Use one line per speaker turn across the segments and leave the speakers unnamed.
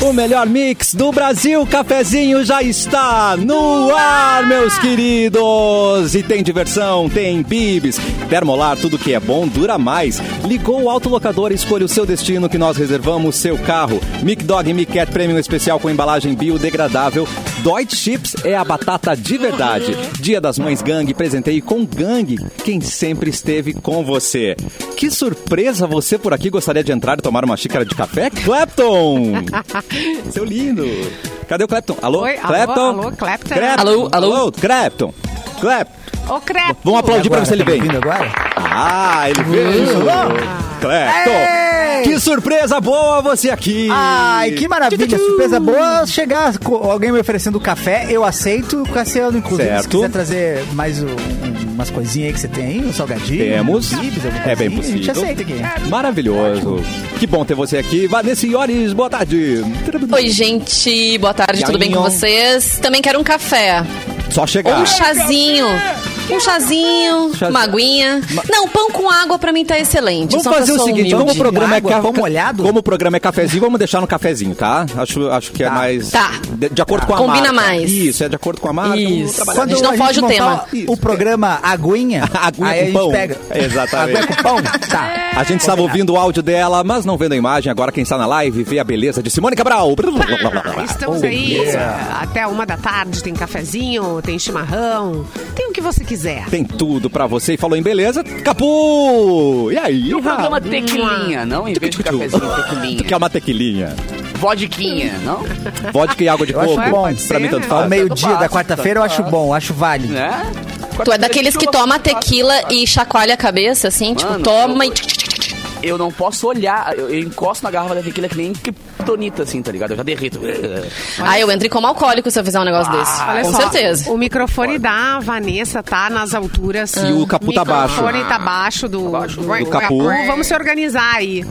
O melhor mix do Brasil, cafezinho já está no ar, meus queridos. E tem diversão, tem bibis, termolar, tudo que é bom dura mais. Ligou o autolocador e escolha o seu destino que nós reservamos seu carro. Mic Dog Mic Cat Premium especial com embalagem biodegradável. Deutsche Chips é a batata de verdade. Dia das Mães Gang, presentei com Gang, quem sempre esteve com você. Que surpresa você por aqui gostaria de entrar e tomar uma xícara de café? Clapton! Seu lindo. Cadê o Clapton? Alô?
Oi, alô,
Clapton?
alô, Clapton.
Alô, alô?
Clapton. Clapton.
Ô, crepe.
Vamos aplaudir pra ver se ele
tá
vem.
Vindo agora?
Ah, ele veio. Clapton. Que surpresa boa você aqui.
Ai, que maravilha, surpresa boa chegar com alguém me oferecendo café, eu aceito, Cassiano, inclusive, se
Certo.
quiser trazer mais um- umas coisinhas aí que você tem aí, um salgadinho,
Temos.
um bibis, alguma
É bem
coisinha, A gente
possível.
aceita aqui.
Maravilhoso. Que bom ter você aqui. Vanessa Iores, boa tarde.
Oi, gente. Boa tarde, tudo bem com
Tchauinho.
vocês? Também quero um café.
Só
Ou
chegar.
um chazinho. Um chazinho,
Chá-
uma aguinha. Não, pão com água pra mim tá excelente.
Vamos
Sou uma
fazer o
pessoa
seguinte,
humilde.
como o programa é
Água,
ca-
pão molhado?
Como o programa é cafezinho, vamos deixar no cafezinho, tá? Acho, acho que é mais
Tá.
de, de acordo com a
Combina
marca.
mais.
Isso, é de acordo com a marca. vamos
Isso.
trabalhar.
A gente não foge o tema.
montar O programa Aguinha,
Aguinha
aí
com
a gente
pão.
pega.
Exatamente. É.
Aguinha com pão? Tá.
A gente estava ouvindo o áudio dela, mas não vendo a imagem. Agora quem está na live vê a beleza de Simone Cabral.
Ah, Estamos
Oh,
aí eh, até uma da tarde. Tem cafezinho, tem chimarrão, tem o que você quiser.
Tem tudo pra você. E falou em beleza, Capu! E aí?
E o programa
Ra?
Tequilinha, não? Em vez de cafezinho,
Tu quer
Tequilinha.
uma tequilinha?
Vodiquinha, não?
Vodka e água de
Eu acho
coco.
bom.
Pra mim, tanto
Ao
faz.
meio-dia da
fácil,
quarta-feira eu
tá
acho
fácil.
bom, acho válido.
Né?
Tu é daqueles que toma tequila e chacoalha a cabeça, assim? tipo,
Mano,
toma
eu-
e... tch, tch, tch, tch.
Eu não posso olhar, eu, eu encosto na garrafa da tequila que nem criptonita, assim, tá ligado? Eu já derrito.
Ah, eu entro em coma alcoólico se eu fizer um negócio desse.
Olha
com
só,
certeza.
O microfone da Vanessa tá nas alturas.
E o capu tá baixo.
O microfone tá abaixo do, do,
do capu.
Vamos se organizar aí.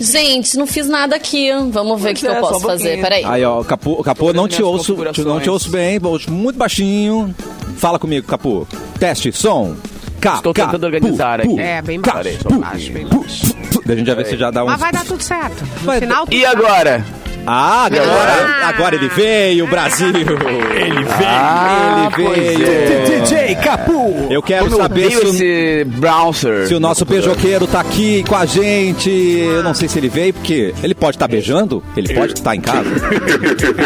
Gente, não fiz nada aqui. Vamos ver o
Pois
que, que
é,
eu
só
posso
um
fazer.
pouquinho.
Peraí.
Aí, ó, Capu, Capu
Tô
não
vendo
te
minhas
ouço, te- não te ouço bem, vou- muito baixinho. Fala comigo, Capu. Teste, som. Ca,
Estou
ca,
tentando
pu,
organizar aqui.
pu,
É, bem
ca,
baixo,
pu,
baixo, bem
pu, pu. Daí a gente já vê se já dá um...
Mas vai dar tudo certo. No
Vai-
final, tá tudo
E agora?
Ah, agora,
Ah.
agora ele veio, Brasil. Ele veio.
Ah,
ele
pois
veio.
é.
DJ Capu!
Eu quero
Como eu
saber
odeio
se o,
esse browser.
se o nosso beijoqueiro tá aqui com a gente. Eu não sei se ele veio, porque ele pode estar beijando, ele pode estar em casa.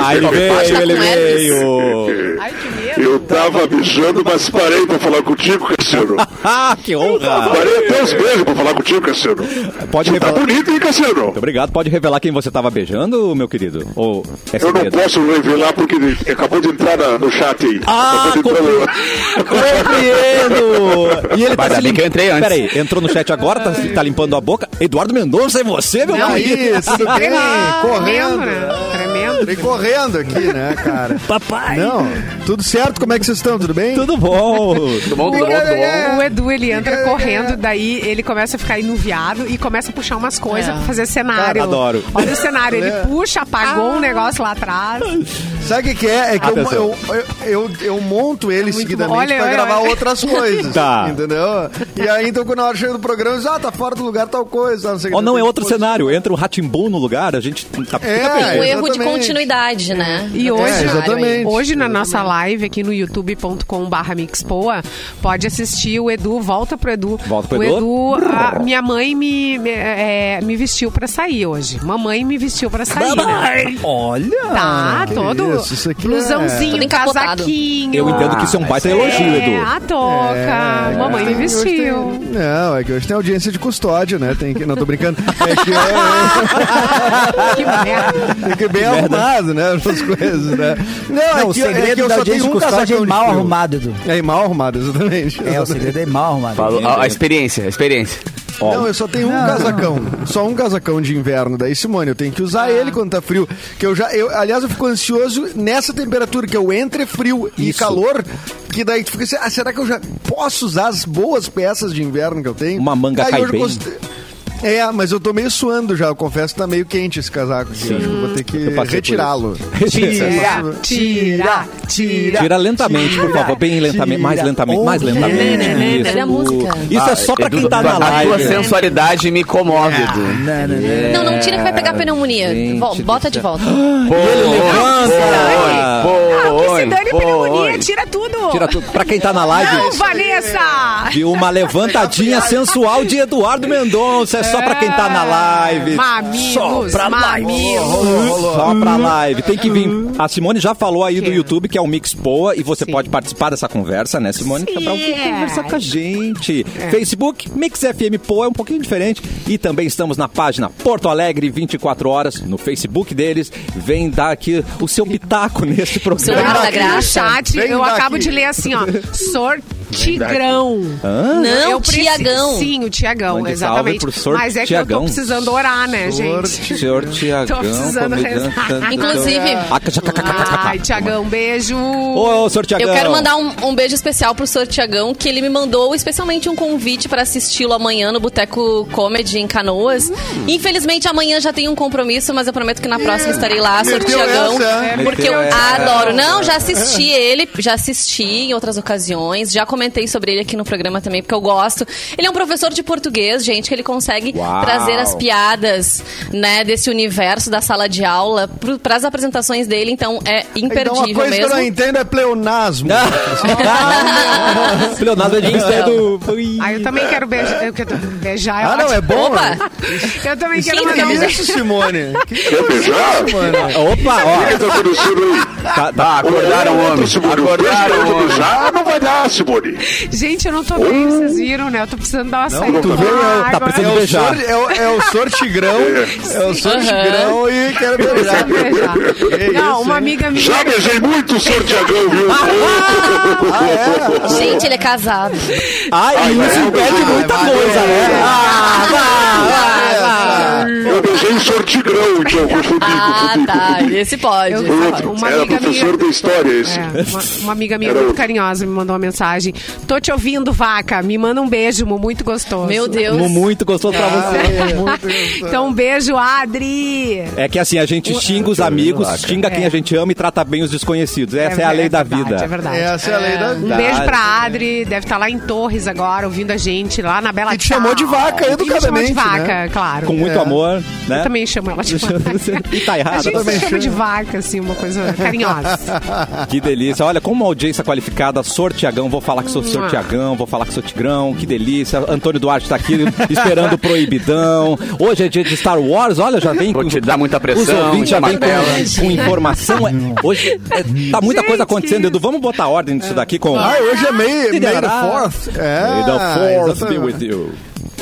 Ah, ele
tá
veio, ele veio.
Ai, que medo.
Eu tava mijando, mas parei pra falar contigo, Cassiano.
Ah, que honra.
Parei até os beijos pra falar contigo, Cassiano.
Pode
Você tá
revelar.
bonito, hein, Cassiano?
Muito obrigado. Pode revelar quem você tava beijando, meu querido? Ou é
Eu não
segredo?
posso revelar porque ele acabou de entrar na- no chat aí. Tá
Ah,
Acabou de entrar no-
Compreendo! E ele
Mas
se
ainda bem
lim-
que eu entrei antes.
Peraí, entrou no chat agora, tá, tá limpando a boca. Eduardo Mendonça, é você, meu
Não,
marido?
Isso, bem,
Tremendo,
correndo.
né? Tremendo.
Vem correndo aqui, né, cara?
Papai!
Não, tudo certo? Como é que vocês estão? Tudo bem?
Tudo bom?
Tudo bom, tudo bom, tudo bom.
É.
O Edu, ele entra correndo, daí ele começa a ficar enuviado e começa a puxar umas coisas
É.
pra fazer cenário.
Cara, adoro. Ah.
Olha o cenário, ele
É.
puxa, apagou um negócio lá atrás.
Sabe o que, que é? É que eu,
Atenção.
eu, eu, eu- eu monto ele
Muito
seguidamente
bom. Olha,
pra
olha,
gravar
olha.
outras coisas.
Tá.
Entendeu? E aí, então, quando a hora chega do programa, eu diz, ah, tá fora do lugar tal coisa. Não sei o que.
Ou não, é outro
Depois-
cenário. Entra o Ratimbu no lugar, a gente tá fica
É,
perdido.
O Um erro de
exatamente.
continuidade, né?
E
É,
No
hoje,
cenário aí.
exatamente.
hoje na nossa live aqui no youtube.com.br Mixpoa, pode assistir o Edu, volta pro Edu.
Volta pro
o
Edu.
a- minha mãe me, me, é, me vestiu pra sair hoje. Mamãe me vestiu pra sair. Né?
Olha!
Tá, todo
isso, isso aqui é-
blusãozinho,
Tudo encapotado.
casaquinho.
Eu entendo que isso é um baita elogio,
É,
Edu. É,
a toca. Mamãe me
Hoje tem- hoje
vestiu.
tem- É. não, é que hoje tem audiência de custódia, né? Tem que, não, tô brincando. É que é,
Que merda.
tem que ir bem arrumado, né? Essas coisas, né? Não,
Não, o segredo da audiência de custódia é mal
um de frio.
arrumado, Edu.
É, e mal arrumado, exatamente.
É, o segredo é mal arrumado.
Falou, a, a experiência, a experiência.
Não, eu só tenho um casacão. Só um casacão de inverno. Daí, Simone, eu tenho que
Ah.
usar ele quando tá frio. Que eu já, eu, aliás, eu fico ansioso nessa temperatura, que eu entre frio e calor, que daí tu fica assim, ah, será que eu já posso usar as boas peças de inverno que eu tenho?
Uma manga
Aí
cai
hoje eu
bem.
gost- É, mas eu tô meio suando já, eu confesso que tá meio quente esse casaco aqui. Acho que eu vou ter que
Eu passei por
retirá-lo. é
Tira, tira, tira.
Tira lentamente, por favor. Bem lentamente, mais lentamente, mais lentamente.
Né, né, né,
Isso.
né, a música.
Isso é só pra
Ah, Edu,
quem tá na
A tua
live. Ah, né?
sensualidade me comove, Edu.
Não, não tira que vai pegar pneumonia.
É, gente
Vol-
do
Bota
céu.
de volta.
né? Levanta!
Ah,
Pô,
Que se
oi,
dane
pô,
pneumonia,
oi.
tira tudo.
Tira tudo. Pra quem tá na live.
Não, Vanessa!
E uma levantadinha sensual de Eduardo Mendonça. É só pra quem tá na live.
Mamilos,
só pra
mamilos.
Só pra live. Tem que vir. A Simone já falou aí do
Que?
YouTube, que é o Mix Poa, e você
Sim.
pode participar dessa conversa, né, Simone? Tá pra
Sim. é.
conversar com a gente. Facebook, Mix FM Poa, é um pouquinho diferente. E também estamos na página Porto Alegre 24 horas, no Facebook deles. Vem dar aqui o seu pitaco neste
Seu
programa.
ar da
Aqui no
graça.
chat,
Vem
eu
daqui.
acabo de ler assim, ó. Sortigrão.
Não,
Eu preci-
Tiagão.
Sim, o Tiagão,
Mande salve
exatamente.
pro Sor
Mas é que eu
Tiagão.
tô precisando orar, né, gente?
Senhor Tiagão,
precisando
comediante-
rezar.
Inclusive-
Ah, ca- ca- ca- ca- ca- ca- ca-
Ai, Tiagão, um beijo.
Ô, Sr. Tiagão.
Eu quero mandar um, um beijo especial pro Sr. Tiagão, que ele me mandou especialmente um convite para assisti-lo amanhã no Boteco Comedy em Canoas.
Hum.
Infelizmente, amanhã já tenho um compromisso, mas eu prometo que na próxima estarei lá, Sr.
É. Meteu
Tiagão.
essa.
Porque
Meteu
eu
essa.
adoro. Não, já assisti ele, já assisti em outras ocasiões, já comentei sobre ele aqui no programa também, porque eu gosto. Ele é um professor de português, gente, que ele consegue
Uau.
trazer as piadas, né, desse universo da sala de aula para as apresentações dele, então é
Então,
imperdível
uma coisa que eu não
mesmo.
entendo é pleonasmo.
Leonardo Edmilson é do. Ui.
Ah, eu também quero beijar. Eu quero beijar.
Ah, não, é
ótimo.
bom?
Opa!
Eu também quero
Sim,
mandar um
porque
Que isso, Simone? Que que
Quer beijar?
isso, mano?
Opa,
O que
ó.
tá acontecendo aí?
Tá,
Ah,
tá.
acordaram o homem.
Simone.
Acordaram
Dois
o
minutos.
homem.
Ah, não vai dar, Simone.
Gente, eu não tô bem, vocês viram, né? Eu tô precisando dar uma saída.
tu
tomar
viu?
uma
Tá
água.
precisando
É o,
beijar.
sor, é, o, é o sortigrão, é o sortigrão e quero
Precisa
beijar.
beijar.
Que
Não,
isso,
uma
hein?
amiga minha.
Já beijei muito o Sr. Tiagão,
Ah,
viu? Ah.
Gente, ele é casado.
Ai, isso impede muita coisa, né? Ah,
Eu beijei o Sr. Tigrão, então confundi,
Ah,
confundi,
tá.
confundi.
Esse pode.
Eu-
esse pode.
Uma
Era
amiga
professor
minha-
da história esse.
É, uma, uma amiga minha
Era
muito
o-
carinhosa me mandou uma mensagem. Tô te ouvindo, vaca. Me manda um beijo, Mu, muito gostoso.
Meu Deus.
Mu- Muito gostoso pra
Tá.
você.
É, muito gostoso.
Então, um beijo, Adri.
É que assim, a gente xinga os amigos, xinga
É.
quem a gente ama e trata bem os desconhecidos. Essa é, a lei da
verdade,
vida.
É verdade.
Essa é a lei da
Um
vida.
beijo pra Adri, deve estar lá em Torres agora, ouvindo a gente, lá na Bela
E te chamou de
Tchau.
vaca,
E me
educadamente,
chamou de vaca,
né?
claro.
Com muito
É.
amor, né?
Eu também chamo ela de vaca.
E tá
A
errado.
gente
também.
se chama de vaca, assim, uma coisa carinhosa.
Que delícia. Olha, como uma audiência qualificada, sorteagão, vou falar que sou sorteagão, vou falar que sou tigrão, que delícia. Antônio Duarte tá aqui esperando o proibidão. Hoje é dia de Star Wars, olha, já vem
Vou
com-
te dar muita
Os
pressão,
ouvintes já vêm
muita tela.
com, com informação. Hoje é, tá muita coisa acontecendo, Edu. Vamos botar ordem nisso daqui com.
Ah, hoje é May, May the
Tidará.
Fourth.
ah,
É,
May the fourth be
exatamente.
with you.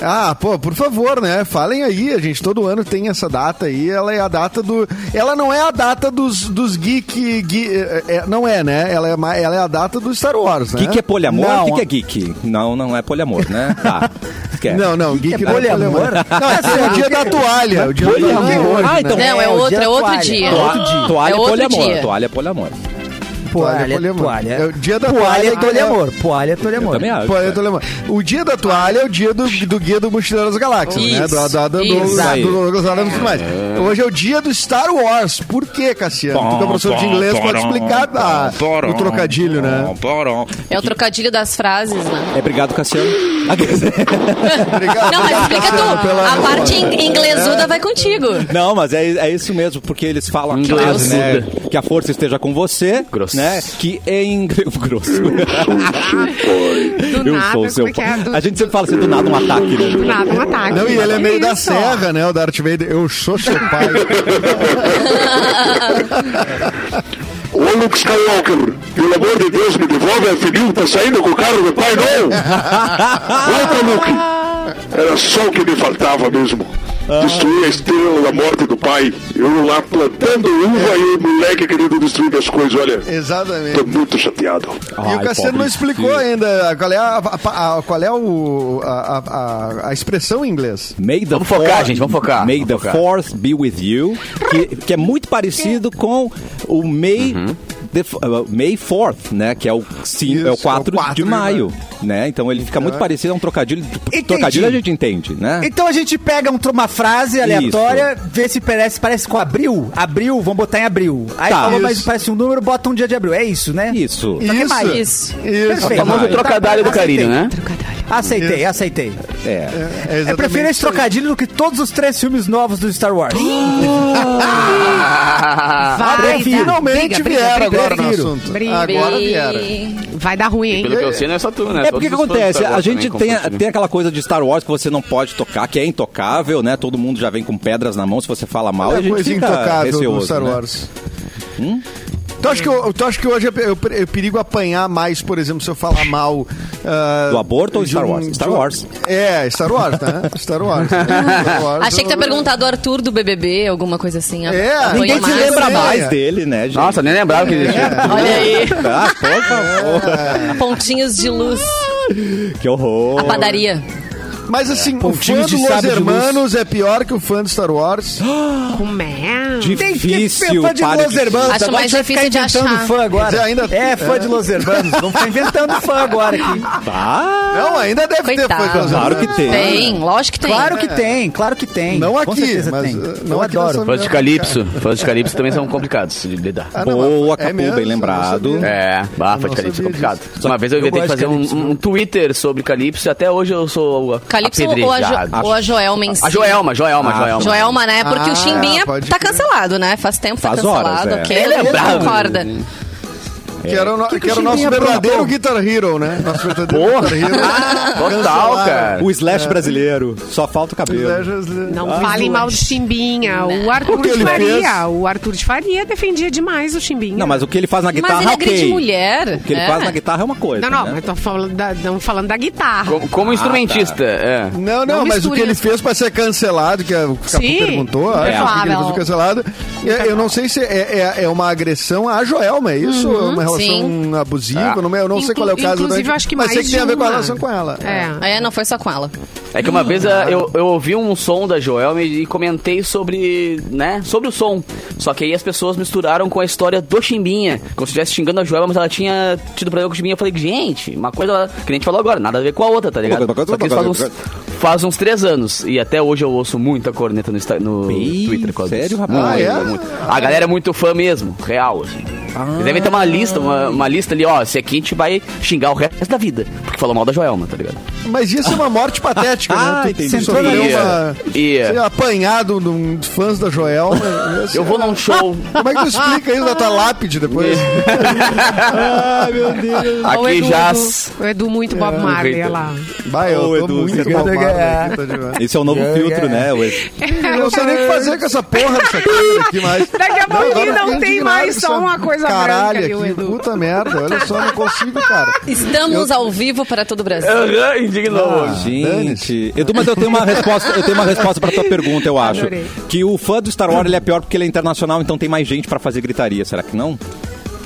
Ah, pô, por favor, né? Falem aí, a gente todo ano tem essa data aí. Ela é a data do. Ela não é a data dos, dos geek. gui- é, é, não é, né? Ela é, ma- ela é a data do Star Wars, né?
Geek é poliamor?
Não.
O que que é geek? Não, não é poliamor, né? Tá. Esquece.
Não, não, geek, é poliamor.
poliamor?
Não, esse é o dia da toalha. O dia da
Poliamor.
toalha hoje,
Ah, então.
né?
Não, é,
É, o
outro,
dia
é
da
outro
toalha.
dia.
Toa- Toalha é
É outro
poliamor.
dia.
Toalha é poliamor.
Toalha,
Toalha,
poliamor.
toalha.
É o dia da
Toalha
toalha,
é poliamor. Toalha é poliamor.
Também acho.
Pô, eu tô lembrando. O dia da toalha é o dia do, do guia do Mochileiro das Galáxias, né?
Isso,
Do, do, do,
isso.
do, do Douglas Adams e tudo mais. Hoje é o dia do Star Wars. Por quê, Cassiano? Tu que é professor de inglês, pode explicar a- o trocadilho, né?
É o trocadilho das frases, né?
É, obrigado, Cassiano.
Obrigado.
Não, mas
obrigado,
explica
Cassiano,
tu.
pela-
A parte in- inglesuda vai contigo.
Não, mas é, é isso mesmo, porque eles falam a
Inglês.
frase, né? Que a força esteja com você,
Grosso.
né? Que em grosso.
Do
Eu
nada,
sou o seu
como é que é?
pai.
Do,
A gente sempre fala assim, do nada um ataque, né?
do nada, um ataque.
Não, e ele é meio da
Isso.
serra, né? O Darth Vader. Eu sou seu pai.
Ô, Luke Skywalker, pelo amor de Deus, me devolve a filhinho, tá saindo com o carro do pai, não! Volta, Luke! Era só o que me faltava mesmo.
Ah.
Destruir a estrela da morte do pai. Eu lá plantando
É.
uva e o moleque querendo destruir as coisas, olha.
Exatamente.
Tô muito chateado.
e o
Ai,
Cassiano não
pobre
explicou
filho.
ainda qual é, a, a- a- qual é o, a, a- a- a expressão em inglês.
May the
Vamos focar,
fourth-
gente, vamos focar.
May
Vamos
the
focar. Uhum.
fourth be with you, que, que é muito parecido com o May the f- uh, May 4th, né? Que é o, sim,
Isso,
é o 4
é o 4
de
de
maio, né? Então ele fica muito parecido, é um trocadilho. Trocadilho a gente entende, né?
Então a gente pega um- uma frase aleatória, vê se parece, parece com abril. Abril, vamos botar em abril. Aí
Tá.
falou, mas
Isso.
parece um número, bota um dia de abril. É isso, né?
Isso.
Isso.
que mais?
Isso.
Isso.
Perfeito. Tá,
tá
É,
famoso trocadilho do carinho, né?
Aceitei, aceitei.
É.
exatamente
Eu prefiro esse
isso aí.
trocadilho do que todos os três filmes novos do Star Wars.
Vai, dar-
Finalmente
briga, briga,
vieram
briga,
agora no
briga.
assunto.
Briga.
Agora vieram.
Vai dar ruim, hein?
Pelo que eu sei, não é só tu, né?
É
Todos
porque que
os fãs do
acontece,
Star
a
Wars
gente
também
tem,
confundem.
tem aquela coisa de Star Wars que você não pode tocar, que é intocável, né? Todo mundo já vem com pedras na mão se você fala mal. e a
É
gente
coisa
fica
intocável do
receoso,
Star
né?
Wars. Hum? Tu acha, que eu, tu acha que hoje eu, eu, eu perigo apanhar mais, por exemplo, se eu falar mal... ah,
Do aborto ou
de
Star Wars?
de um
Star Wars.
É, Star Wars, né? Star Wars. Star Wars
Achei que tá tu ia
eu-
perguntar do Arthur do BBB, alguma coisa assim.
É,
Apanha
ninguém te
Se
mais.
lembra
É.
mais dele, né, gente?
Nossa, nem lembrava que existia.
Olha aí,
Ah, por favor.
pontinhos de luz.
É.
Que horror.
A padaria.
Mas assim,
um
o fã
Pontinhos de
do Los
sábio de luz.
Hermanos é pior que o fã do Star Wars.
Como é?
Difícil,
fã de
para
Los
de-
Hermanos.
Acho
agora
mais
a gente vai ficar
difícil de
inventando
achar.
fã agora.
Mas ainda-
É fã de Los Hermanos. Vamos ficar inventando fã agora aqui.
Ah,
Não, ainda deve ter fã de
Coitado.
Los
Claro que
Hermanos.
tem.
Tem, lógico que tem.
Claro que tem, claro que tem.
Não
Com
aqui,
certeza
mas,
tem.
uh,
Eu
não aqui na
adoro.
sua-
Fãs de Calypso. Fãs de Calypso também são complicados de lidar.
Ah, não,
Boa,
é
Capu,
mesmo?
bem
Eu não
lembrado.
sabia.
É, bah, fã
não
de Calypso é
sabia
complicado.
disso.
Uma vez eu inventei
gosto
fazer
de Calypso,
um, um Twitter sobre Calypso e até hoje eu sou
Calypso ou a,
apedrejado.
jo, ou a Joelma em si.
A Joelma, Joelma,
Ah,
Joelma.
Joelma, né? Porque
Ah,
o Chimbinha
pode
tá
crer.
cancelado, né? Faz tempo que tá
Faz horas,
cancelado.
é.
ok?
Ele é bravo.
Concorda.
Que era o, no-
que
que era o
o
nosso
Chimbinha
verdadeiro
aprontou?
Guitar Hero, né? Nosso verdadeiro
Porra. Ah!
Guitar Hero.
Total,
Ah,
cara.
O
é.
Slash brasileiro. Só falta o cabelo.
Não falem mal do Chimbinha. O Arthur
O que
de
ele
Faria.
fez?
O Arthur de Faria defendia demais o Chimbinha.
Não, mas o que ele faz na guitarra,
Mas ele
tá ok.
agride mulher.
O que ele
é.
faz na guitarra é uma coisa.
Não, não,
né?
mas tô falando da, não falando da guitarra.
Como, como instrumentista, é.
Não, não,
Não
mas o que
misture
ele
as
fez pra ser cancelado, que a- o Capu
Sim,
perguntou, acho que o que ele
incancelável.
fez foi cancelado. E Eu, não sei se é, é- é uma agressão à Joelma, é isso? É uma relação
sim.
abusiva, não, é- eu não sei
Uhum, Inclu-
qual é o caso.
inclusive,
né?
eu acho que
mas
mais
sei que tem a
de
ver com a
uma.
relação com ela.
É.
É, não foi só com ela.
É que uma vez ah, eu, eu ouvi um som da Joelma e e comentei sobre, né, sobre o som. Só que aí as pessoas misturaram com a história do Chimbinha. Como se estivesse xingando a Joelma, mas ela tinha tido problema com o Chimbinha. Eu falei, gente, uma coisa que nem a gente falou agora, nada a ver com a outra, tá ligado?
Uma coisa-
Só que isso faz uns, faz uns três anos. E até hoje eu ouço muita corneta no, Insta- no
Ih,
Twitter. por causa
sério,
disso.
rapaz?
Muito,
Ah, é?
muito. A galera é muito fã mesmo, real, assim.
Ah.
Eles devem ter uma lista, uma, uma lista ali, ó, esse aqui a gente vai xingar o resto da vida. Porque falou mal da Joelma, tá ligado?
Mas isso é uma morte patética,
Ah,
né?
entendi.
Você
Entrou
sofreu
na
uma...
lista. Yeah.
sei lá, apanhado de um- de fãs da Joelma.
Eu vou num show.
Como é que tu explica isso da tua lápide depois? Ai, meu Deus.
O
É. Aqui
Edu,
já.
Edu- o Edu muito Bob Marley, olha lá.
Vai, eu
Ô,
tô
Edu,
muito
você-
acalmado
né,
aqui, tá demais.
Esse é o novo filtro, né? o-
Eu não sei nem o que fazer com essa porra dessa coisa aqui mais.
Daqui a pouquinho
agora eu
não
fiquei
tem
indignado
mais,
com
só
essa
uma coisa
Caralho,
branca, viu,
aqui,
Edu?
puta merda, olha só, não consigo, cara.
Estamos ao vivo para todo o Brasil.
Aham, indignou.
Ah.
Ah,
Gente, Edu, mas eu tenho uma resposta, eu tenho uma resposta para tua pergunta, eu acho.
Adorei.
Que o fã do Star Wars ele é pior porque ele é internacional, então tem mais gente para fazer gritaria, será que não?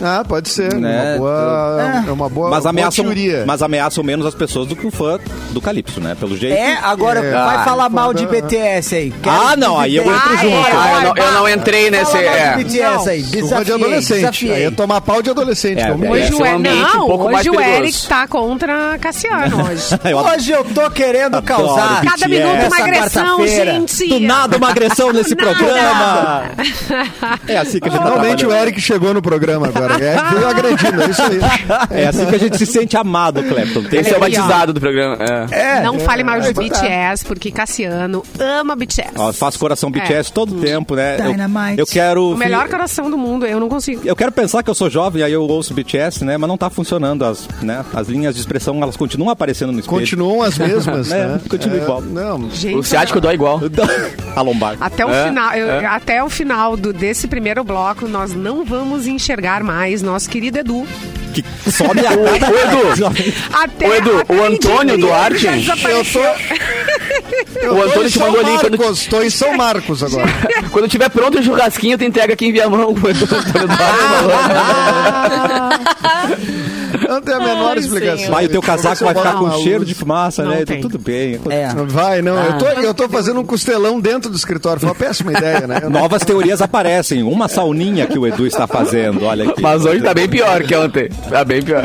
Ah, pode ser,
Né?
uma boa, é uma boa,
mas
boa
ameaçam,
teoria.
mas ameaçam menos as pessoas do que o fã do Calypso, né? Pelo jeito.
É, agora
É.
vai
Ah,
falar mal de
foda.
BTS aí. Quero
Ah, não, aí eu entro
Ah, é.
junto.
Ah, eu, não, eu não entrei nesse.
Fala um mal
é.
de BTS aí.
Surra
Desafiei,
de adolescente,
desafiei.
aí é tomar pau de adolescente.
É,
como
é.
é.
Hoje
Esse é
o
um
E-
ambiente
não,
um pouco
hoje
mais
o
perigoso.
Eric tá contra Cassiano hoje.
Eu adoro-
Hoje eu tô querendo causar.
BTS.
Cada minuto uma
Essa
agressão,
quarta-feira.
gente.
Do nada uma agressão nesse programa. É assim que a gente tá
Finalmente o
trabalhando.
Eric chegou no programa agora. É, veio agredindo, é isso aí.
É assim que a gente se sente amado, Clapton. Tem
Esse é o
seu
Ele-
batizado do programa. É.
Não fale mal
tá.
de é. BTS, porque Cassiano ama BTS.
Ó, faço coração BTS todo tempo, né? Eu-
Dynamite.
Eu, quero
O melhor coração do mundo, eu não consigo.
eu quero pensar que eu sou jovem, aí eu ouço BTS, né? Mas não tá funcionando. As, né? as linhas de expressão, elas continuam aparecendo no espelho.
Continuam as mesmas,
É,
né?
continua igual.
Não,
Gente,
O ciático dói igual.
A lombar.
Até o
É,
final, eu-
é.
até o final do, desse primeiro bloco, nós não vamos enxergar mais nosso querido Edu.
Que sobe a
O Edu,
Até
Ô, Edu,
até
o
a
Antônio
Ingrid
Duarte,
já
eu
desapareceu.
tô... Eu
O
tô
Antônio
em
te
São
mandou o link, quando-
Marcos, tô em São Marcos agora.
quando tiver pronto o churrasquinho, tu entrega aqui em Viamão. O Edu- o Edu-
Não tem a menor
Ai,
explicação.
senhor.
Vai, o teu casaco vai ficar com
Uma
cheiro
luz.
de fumaça,
Não
né?
tem.
Tudo bem.
É.
Vai, não. Eu, tô, eu tô fazendo um costelão dentro do escritório. Foi uma péssima ideia, né? Eu não-
Novas teorias aparecem. Uma sauninha que o Edu está fazendo, olha aqui.
Mas hoje tá bem pior que ontem. Tá bem pior.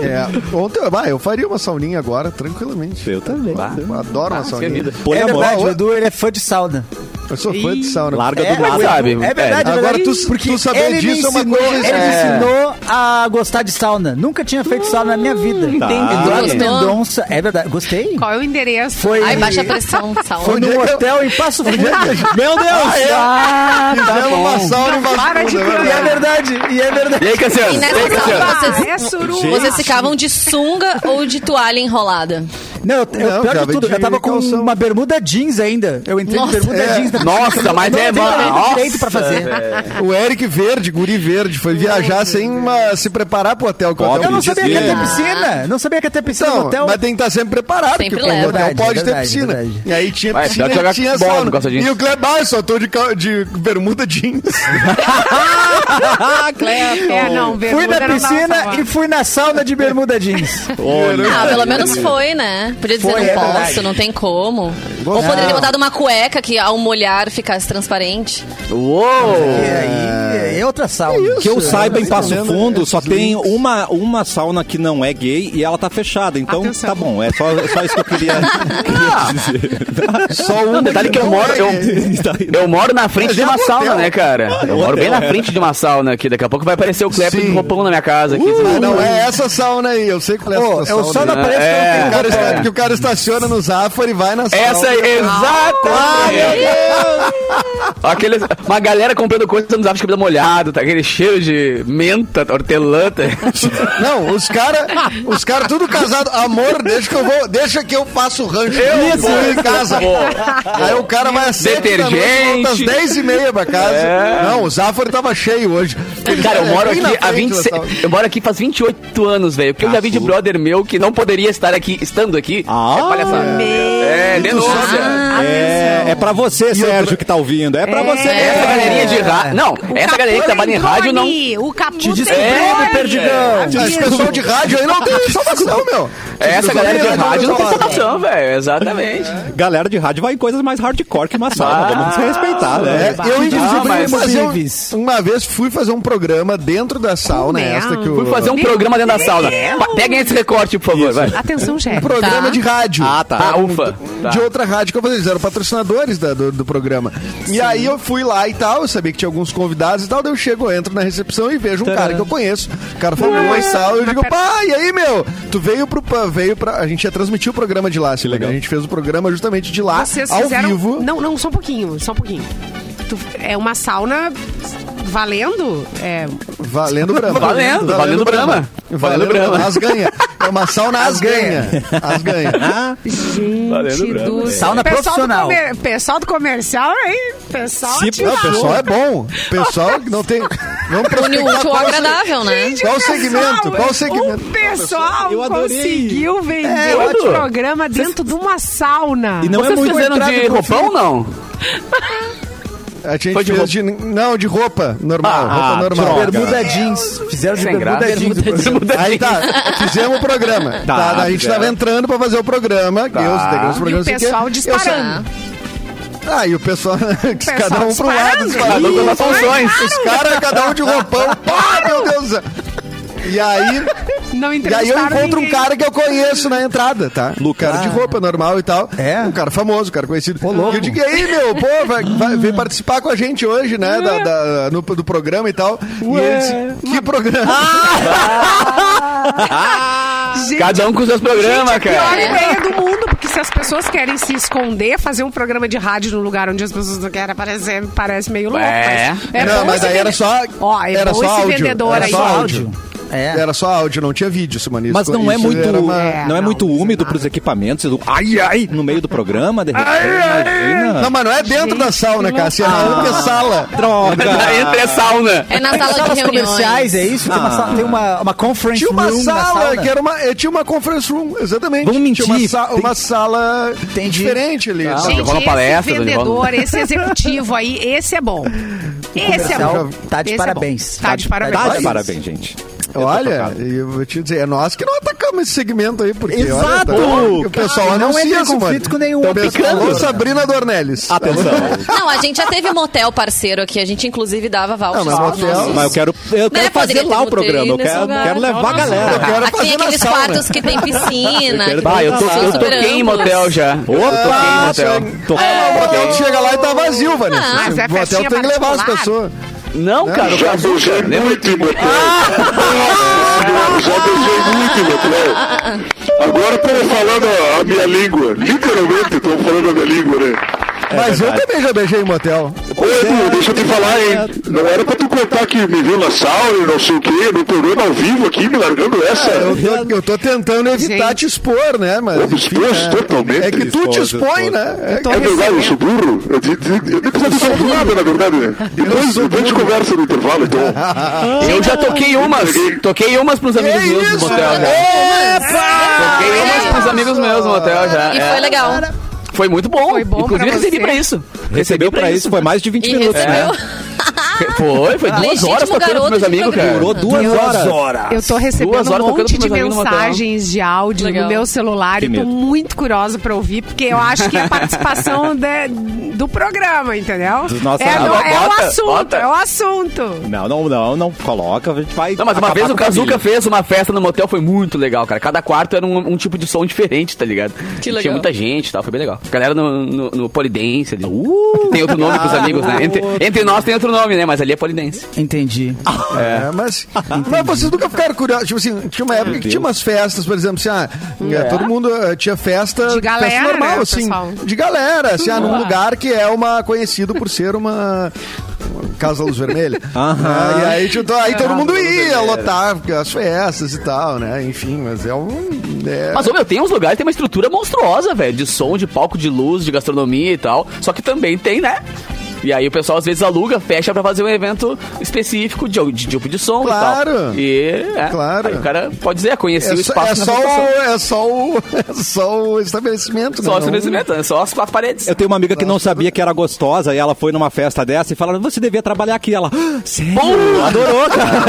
É, ontem, ah, eu faria uma sauninha agora, tranquilamente.
Eu também.
Ah, eu adoro uma sauninha.
vida.
É
Poliamor.
verdade, o Edu ele é fã de sauna.
Eu sou fã de sauna.
Larga
É,
do lado.
mas- sabe,
É verdade,
é.
é verdade.
Agora, tu-
Porque
tu saber
ele me
disso é uma
ensinou-
coisa-
Ele
É.
me ensinou a gostar de sauna. Nunca tinha feito sauna na minha vida.
Entendi.
Eduardo
Gostou?
Mendonça, é verdade. Gostei?
Qual é o endereço?
Foi-
Ai, baixa a pressão,
Foi
Saulo.
Onde é
num
que eu-
hotel em Passo Fundo.
Meu Deus!
Ah, tá
Fizemos uma
bom.
sauna em
Para de
Vasconcelos,
E é verdade, e é verdade.
E aí, Cassiano?
E
E
nessa
aí, Cassiano?
sala,
Ah,
vocês-
é suruba.
Gente.
Vocês ficavam de sunga ou de toalha enrolada?
Não, eu, eu,
Não,
pior
tava
de tudo,
de
eu tava com
calção.
uma bermuda jeans ainda. Eu entrei
Nossa.
de bermuda
É.
jeans. Na...
Nossa, mas
não
é
tem
mano.
direito pra fazer.
O Eric Verde, guri verde, foi viajar sem uma- se preparar pro hotel. Que o hotel
Óbvio,
Eu não
podia
sabia que ia
ter.
ter piscina. Não sabia que ia ter piscina no
Então,
hotel.
mas tem que estar sempre preparado,
Sempre
porque
leva.
o hotel
Verdade,
pode ter
verdade,
piscina.
verdade.
E aí tinha
Vai,
piscina
pior que jogar
e tinha
bola,
sauna.
não gosta disso.
E o Clebar, eu só tô de, cal- de bermuda jeans.
Ah, Cleto.
É, não,
Fui
bermuda
na
não dá
piscina
pra
e fui na sauna de bermuda jeans.
Ah,
É.
pelo menos foi, né? Podia dizer,
Foi,
não
é
posso,
verdade.
não tem como. Ou
Gostei.
poderia ter botado uma cueca que ao molhar ficasse transparente.
Uou!
E aí, é outra sauna.
Que eu saiba, então, em Passo
vendo
Fundo,
esses
só tem
links?
uma, uma sauna que não é gay e ela tá fechada. Então,
Atenção.
tá bom. É só, é só isso que eu queria, queria dizer.
Só um
Não, detalhe que eu moro, eu, eu moro na frente de uma sauna, né, cara? Eu moro bem na frente de uma sauna aqui. Daqui a pouco vai aparecer o Clepe
Sim.
de roupão na minha casa aqui.
Mas não é essa sauna aí, eu sei qual é essa
Ô, é
sauna.
o sauna
aí.
parece
É.
que eu
O
não
cara
tenho
está-
É.
que o cara estaciona no Zafari e vai na sauna.
Essa é exatamente. Aqueles, uma galera comprando coisas no Zafra de cabelo molhado, tá? Aquele cheiro de menta, hortelã. tá?
Não, os caras, os caras tudo casado. Amor, deixa que eu vou, deixa que eu faço o rancho. Eu vou em casa. Aí o cara vai às sete da noite,
Detergente. É.
volta às 10 e meia pra casa. Não, o Zafari tava cheio hoje.
Cara, eu moro
É bem
aqui
na
há
frente
26,
da sauna.
Eu moro aqui faz 28 anos, velho. Porque eu já vi de brother meu que não poderia estar aqui, estando aqui.
Ah,
é palhaçada. É,
Ah,
denúncia.
É, é pra você, Sérgio, que tá ouvindo. É pra você.
Essa galerinha de rádio. Não, essa galerinha que trabalha em rádio não. É,
O Capu Te
descobriu,
Perdigão.
Esse pessoal de rádio aí não tem salvação, meu.
É, Essa galera de rádio não tem
salvação.
salvação, velho. Exatamente.
É.
Galera de rádio vai em coisas mais hardcore que uma sauna.
Ah,
Vamos se respeitar,
É,
né?
eu inclusive
Ah, mas-
fui fazer um-
Vives.
uma vez fui fazer um programa dentro da sauna
é?
esta que o
Fui fazer um programa dentro da sauna. Pa- Peguem esse recorte, por favor, vai.
Atenção,
um
Jéssica.
programa
Tá.
de rádio.
Ah, tá.
Ah, ufa. Tá.
De outra rádio que eu fazia, eles eram patrocinadores da- do, do programa. E aí eu fui lá e tal, eu sabia que tinha alguns convidados e tal, daí eu chego, eu entro na recepção e vejo um cara que eu conheço. O cara falou, oi, sal, eu digo, pá, e aí, meu? Tu veio pro. pa- Veio pra, a gente ia transmitir o programa de lá, se legal. A gente fez o programa justamente de lá,
Vocês
ao
fizeram...
vivo.
Não, não, só um pouquinho, só um pouquinho. Tu- É uma sauna valendo? É,
Valendo Brahma.
Valendo, valendo Brahma.
Valendo
Valendo Brahma.
Brahma. As ganha. É uma sauna as ganha. As ganha.
gente do
É.
céu.
Sauna
um pessoal
profissional.
Do comer- pessoal do comercial, hein? Pessoal
Se-
atirado.
Não, o pessoal é bom. O pessoal que não tem... Vamos
Une o
prospectar
útil ao
qual-
Ah, agradável, né?
Qual o
Pessoal,
segmento? Qual o segmento?
O pessoal
Eu adorei.
conseguiu vender
É,
o
Edu.
programa dentro de uma sauna.
E não
um
é
Vocês
muito
fizeram
entrada
de
no
roupão ou não?
A gente
Foi de
fez de... Não, de roupa normal.
Ah,
roupa
ah,
normal.
droga.
Bermuda jeans. Fizeram de
Sem
bermuda
graça.
jeans. o programa.
Aí tá, fizemos o programa. Tá, daí a gente
fizeram.
tava entrando pra fazer o programa. Tá. Deus, tem os
E o
programas assim que-
pessoal
eu sei-
disparando.
Ah, e o pessoal, cada um pro
disparando.
lado, disparando
Ih,
com as
foi
funções. Os caras, cada um de roupão. Pá, meu Deus do céu. E aí,
Não
e aí eu
entrevistaram
encontro um
ninguém.
cara que eu conheço na entrada, tá? O cara de roupa normal e tal.
É?
Um cara famoso, um cara conhecido. E eu digo, e aí, meu, pô, vai, vai- vem participar com a gente hoje, né? da- da- no- do programa e tal. E ele disse, que programa?
Gente,
Cada um com seus programas,
Pior
cara.
ideia do mundo, porque se as pessoas querem se esconder, fazer um programa de rádio num lugar onde as pessoas não querem aparecer, parece meio louco.
É.
Mas
Não,
bom
mas
esse
aí era
vende-
só-
Ó, é
era
bom
só
esse
áudio,
vendedor
era
aí.
só
ó.
áudio.
É.
Era só áudio, não tinha vídeo, Simone.
Mas
Isso-
não é
isso
muito,
era uma-
É,
não é
não,
muito
isso
úmido
não.
pros equipamentos. Do, ai, ai, no meio do programa, de repente. imagina.
Não, mas não é dentro da sauna, Cássia. É na outra sala.
Droga!
Tá Entre a sauna.
É na
Tem
sala
salas
de reuniões.
comerciais, é isso? Tem uma, sala- tem uma, uma conference
Tinha uma
room na
sala
sauna.
que era uma. eh, Tinha uma conference room, exatamente.
Vamos mentir.
Tinha uma, sa-
Tem-
uma sala
Entendi.
diferente ali.
Não,
sabe?
eu
Tá. Gente,
vou na
esse
palestra, eu vou na-
vendedor, esse executivo aí, esse é bom. Esse é bom.
Tá de
Esse é
parabéns.
bom. Tá de parabéns.
Tá
Olha
de
isso.
tá
parabéns, gente.
Olha, eu vou te dizer, é nós que não atacamos esse segmento aí, porque
Exato!
olha, tá- o pessoal
Cara, não
anuncia
entra em
isso,
conflito
mano.
com nenhum. Ah,
Então,
Tá
pessoal,
picando.
alô, Sabrina Dornelles.
Atenção.
Não, a gente já teve motel parceiro aqui. A gente, inclusive, dava vouchers.
Não, mas
pros
motel-
nossos-
Mas eu quero, eu quero
Né,
fazer
poderia ter
lá o
motel
programa. Eu
nesse
quero,
lugar.
quero levar a galera.
Aqui
quero fazer
Ah, tem
na
aqueles
sauna.
quartos que tem piscina. tipo,
quero-
que
Ah,
Ah,
tem
eu,
são
tô, eu
super
toquei em
amplas.
motel já.
Opa!
Ah, Eu toquei em motel.
Tô-
é.
Não, o hotel tu chega lá e tá vazio, Vanessa.
mas é
o hotel
festinha
tem que levar as
particular.
pessoas.
Não, cara, o
Já
Brasil,
beijei
cara, lembra?
muito em motel. Já beijei muito em motel. Agora estou falando a- a minha língua. Literalmente estou falando a minha língua, né?
É
mas eu também já beijei em motel. é,
Ô, Edu, deixa eu te falar, hein? Não era pra tu contar que me viu na sala e não sei o quê, no programa ao vivo aqui, me largando essa.
Eu tô, eu tô tentando evitar
Gente.
te expor, né? Mas,
Eu me expus
é-
totalmente.
É que tu te expõe, né?
É verdade, eu sou burro. Eu, te- te- eu nem precisava ter falado nada, na verdade. né? Depois, depois a gente conversa no intervalo, então.
Eu já toquei umas. Toquei umas pros amigos
Que
meus no
isso?
motel já.
Tá
Toquei umas pros amigos meus no motel já.
E
é.
foi legal.
Foi muito bom.
Foi bom
Inclusive,
pra
recebi
você.
pra isso.
Recebeu pra isso, foi mais de 20
E
minutos.
recebeu.
Foi, foi duas
Legítimo
horas tocando pros
um garoto
meus
de
amigos,
programa.
Durou
cara.
duas horas.
Eu tô
Duas
recebendo um
horas tocando
monte
pros
de
meus amigos no motel.
mensagens de áudio
Legal.
no meu celular
Que
e tô
medo.
muito curiosa pra ouvir, porque eu acho que é a participação de- do programa, entendeu?
Dos nossos
é,
amigos.
no- é
Bota,
o assunto,
bota.
é o assunto.
Não, não, não, não coloca, a gente vai.
Não, mas uma
acabar
vez
com
o
a família.
Kazuca fez uma festa no motel, foi muito legal, cara. Cada quarto era um, um tipo de som diferente, tá ligado?
legal.
Tinha muita gente e tal, foi bem legal. Galera no, no, no Polidense ali.
Uh!
tem outro nome pros amigos, né? Entre, entre nós tem outro nome, né? Mas ali é Polidense.
Entendi.
É, mas, mas vocês nunca ficaram curiosos. Tipo assim, tinha uma época que tinha umas festas, por exemplo, assim, ah, é, todo mundo eh, tinha festa,
De galera,
festa normal,
né,
assim,
pessoal? Uhum.
de galera, assim, ah, num lugar que é uma conhecido por ser uma. uma Casa Luz Vermelha. Ah, e aí, tipo, aí todo mundo ia lotar as festas e tal, né? Enfim, mas é um. é-
Mas, ô, meu, tem uns lugares que tem uma estrutura monstruosa, velho. De som, de palco, de luz, de gastronomia e tal. Só que também tem, né? E aí o pessoal às vezes aluga, fecha pra fazer um evento específico de, de tipo de som e tal.
Claro.
E, é,
Claro.
Aí o cara pode dizer, "Ah, conheci
É
o
só,
espaço.
é,
na
só
fundação.
o, é, só o, é só o estabelecimento, né?
Só o
Não-
estabelecimento, né? só as quatro paredes.
Eu tenho uma amiga que não sabia que era gostosa e ela foi numa festa dessa e falaram: você devia trabalhar aqui. Ela, "Ah, sério? Adorou,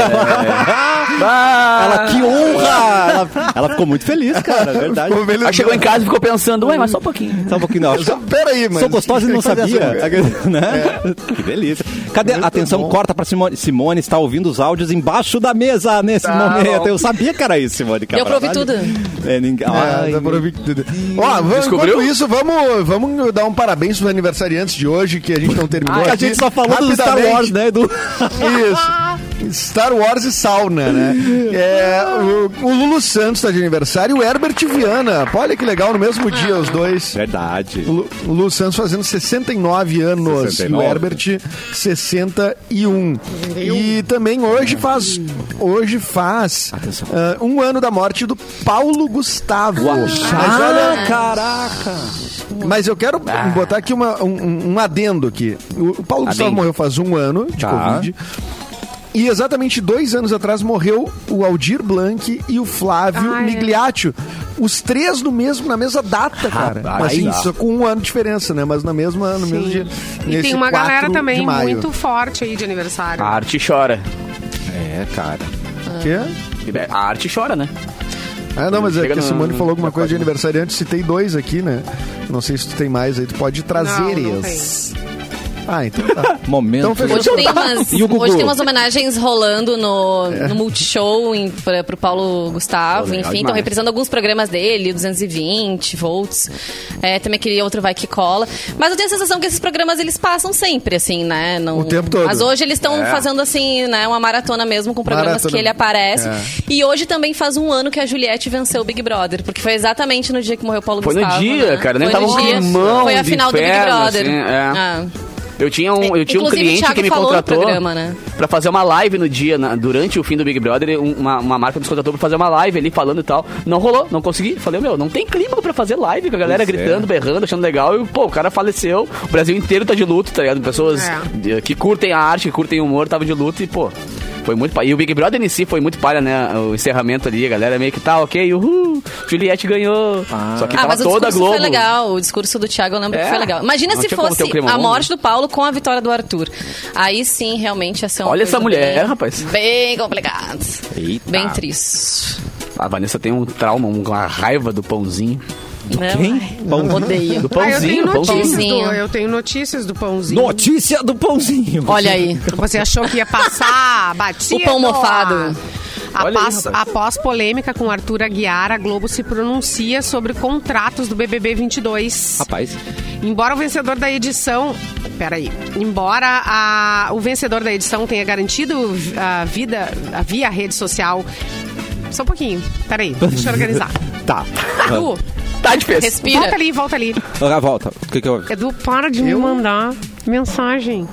cara.
É. Ah!
Ela,
ah."
que honra! Ela, ela ficou muito feliz, cara, é verdade.
Ficou velho-
Aí Ah, chegou em casa e ficou pensando, ué, mas só um pouquinho.
Só um pouquinho, não.
Peraí, mas.
Sou gostosa e não
Cadê essa
sabia.
mulher?
Né? Que delícia. Cadê?
Muito
Atenção,
bom.
corta pra Simone. Simone está ouvindo os áudios embaixo da mesa
Tá
nesse momento. Eu sabia que era isso, Simone.
Deu pra ouvir
Carvalho. É, ninguém...
É,
Ai,
dá pra ouvir tudo. Ó, vamos,
Descobriu?
enquanto isso, vamos, vamos dar um parabéns pros aniversariantes de hoje, que a gente não terminou
a
aqui.
gente só falou do Star
Rapidamente.
Wars, né, Edu?
Isso. Star Wars e sauna, né? É, o, o Lulu Santos tá de aniversário e o Herbert Viana. Pô, Olha que legal, no mesmo dia os dois.
Verdade.
O Lu- o Lu Santos fazendo 69 anos
69.
e o Herbert 61. E também hoje faz hoje faz ah, um ano da morte do Paulo Gustavo. Mas olha,
é.
Ah, caraca!
mas eu quero
Ah.
botar aqui uma- um- um, um adendo aqui. O o Paulo Gustavo morreu faz um ano
Tá.
de Covid. E exatamente dois anos atrás morreu o Aldir Blanc e o Flávio
Ah, é.
Migliaccio. Os três no mesmo, na mesma data, cara.
Rapaz,
Mas
tá.
assim,
dá.
só com um ano de diferença, né? Mas na mesma, no mesmo dia.
E
nesse
tem uma
4
galera
de
também
maio.
muito forte aí de aniversário.
A arte chora.
É, cara.
Quê?
A arte chora, né?
Ah, não, mas é
Chega
que a
no-
Simone falou alguma
na
coisa de
página.
aniversário antes, citei dois aqui, né? Não sei se tu tem mais aí, tu pode
não,
trazer
não
eles. Ah, então tá.
Momento.
Então fechou.
Hoje tem, umas,
E o Gugu?
hoje tem umas homenagens rolando no,
É.
no Multishow em, pra, pro Paulo Gustavo, enfim, estão reprisando alguns programas dele, 220 volts, é, também aquele outro Vai Que Cola. Mas eu tenho a sensação que esses programas eles passam sempre, assim, né? Não-
O tempo todo.
Mas hoje eles
É.
estão fazendo, assim, né, uma maratona mesmo com programas
Maratona.
que ele aparece.
É.
E hoje também faz um ano que a Juliette venceu o Big Brother, porque foi exatamente no dia que morreu o Paulo
Foi no
Gustavo.
dia,
né?
cara, nem
Foi no
tava um
dia.
climão
Foi a
de
final do Big
inferno,
Brother.
assim, é.
Ah.
Eu tinha um, eu tinha um
Inclusive, o
cliente
Thiago
que me
falou no
contratou
programa, né?
pra fazer uma live no dia, na- durante o fim do Big Brother, um- uma, uma marca nos contratou pra fazer uma live ali falando e tal. Não rolou, não consegui. Falei, meu, não tem clima pra fazer live, com a galera
Pois é.
gritando, berrando, achando legal. E, pô, o cara faleceu, o Brasil inteiro tá de luto, tá ligado? Pessoas
É.
de- que curtem a arte, que curtem o humor, tava de luto e, pô. Foi muito palha. E o Big Brother em si foi muito palha, né? O encerramento ali, a galera meio que tá, ok, uhul. Juliette ganhou. Só que
Ah,
tava
mas o
toda a
discurso
Globo.
foi legal. O discurso do Thiago eu lembro
É.
que foi legal. Imagina
Não
se
tinha como ter
fosse
o Cremon,
a
né?
morte do Paulo com a vitória do Arthur. Aí sim, realmente ia ser uma
Olha essa
coisa
mulher, é,
bem-
rapaz.
Bem complicado.
Eita.
Bem triste.
A Vanessa tem um trauma, uma raiva do pãozinho.
Não, Né? ai,
Pão-
Odeio.
Ah,
Do
eu tenho
pãozinho,
notícias
pãozinho.
do,
Pãozinho.
eu tenho notícias do pãozinho.
Notícia do pãozinho.
Olha aí.
Você achou que ia passar batido?
O pão mofado.
Olha aí,
Após,
rapaz.
após polêmica com Arthur Aguiar, a Globo se pronuncia sobre contratos do BBB 22.
Rapaz,
Embora o vencedor da edição. Peraí. Embora a- o vencedor da edição tenha garantido a vida a- via rede social. Só um pouquinho. Peraí. Deixa eu organizar.
tá.
Edu,
Tá de peso.
Respira.
volta ali, volta ali.
Agora volta. O que que houve?
Edu, para de me mandar mensagem.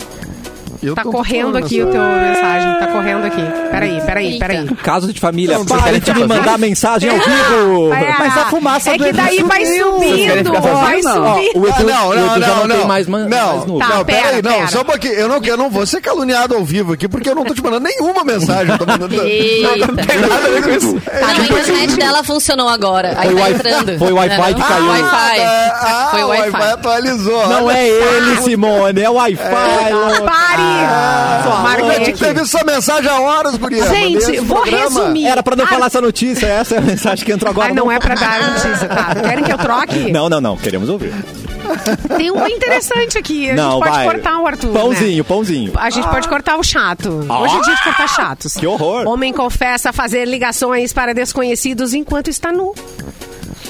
Eu
Tá
tô
correndo
falando
aqui o
essa-
teu mensagem. Tá correndo aqui. Peraí, peraí,
Eita.
peraí.
Caso de família.
Não,
Pare de me
não.
mandar mensagem ao vivo.
É,
Mas a fumaça
É
do
que
Edu
daí vai
sumiu.
Vocês querem
subindo,
ficar
vai
sozinhos? Não.
subindo.
O Edu,
Ah, não,
o
não,
Edu já
não,
não,
não.
tem mais, man,
não,
mais nuvem.
Tá,
não, peraí,
pera,
não,
pera.
só um pouquinho. Eu não, eu não vou ser caluniado ao vivo aqui, porque eu não tô te mandando nenhuma mensagem. Eu tô mandando...
Eita.
nada a ver com isso. Tipo,
Tá, a internet dela funcionou agora. Aí
Foi
tá
o wi-
entrando.
foi o Wi-Fi que
Ah,
caiu.
Wi-Fi.
Ah,
Foi o Wi-Fi.
atualizou.
Não é ele, Simone, é o Wi-Fi. louco.
Pare! Marquei
Marquete
aqui.
teve sua mensagem há horas, Guria. Mandei
Gente,
esse
vou
programa.
resumir.
Era pra não falar essa notícia, essa é a mensagem que entrou agora.
Ah, não é pra dar notícia, tá? Querem que eu troque?
Não, não, não, queremos ouvir.
Tem uma interessante aqui. A
não,
gente pode
vai.
cortar o Arthur. né?
Pãozinho, pãozinho.
A gente pode cortar o chato.
Ah.
Hoje é dia de cortar chatos.
Que horror.
Homem confessa fazer ligações para desconhecidos enquanto está nu,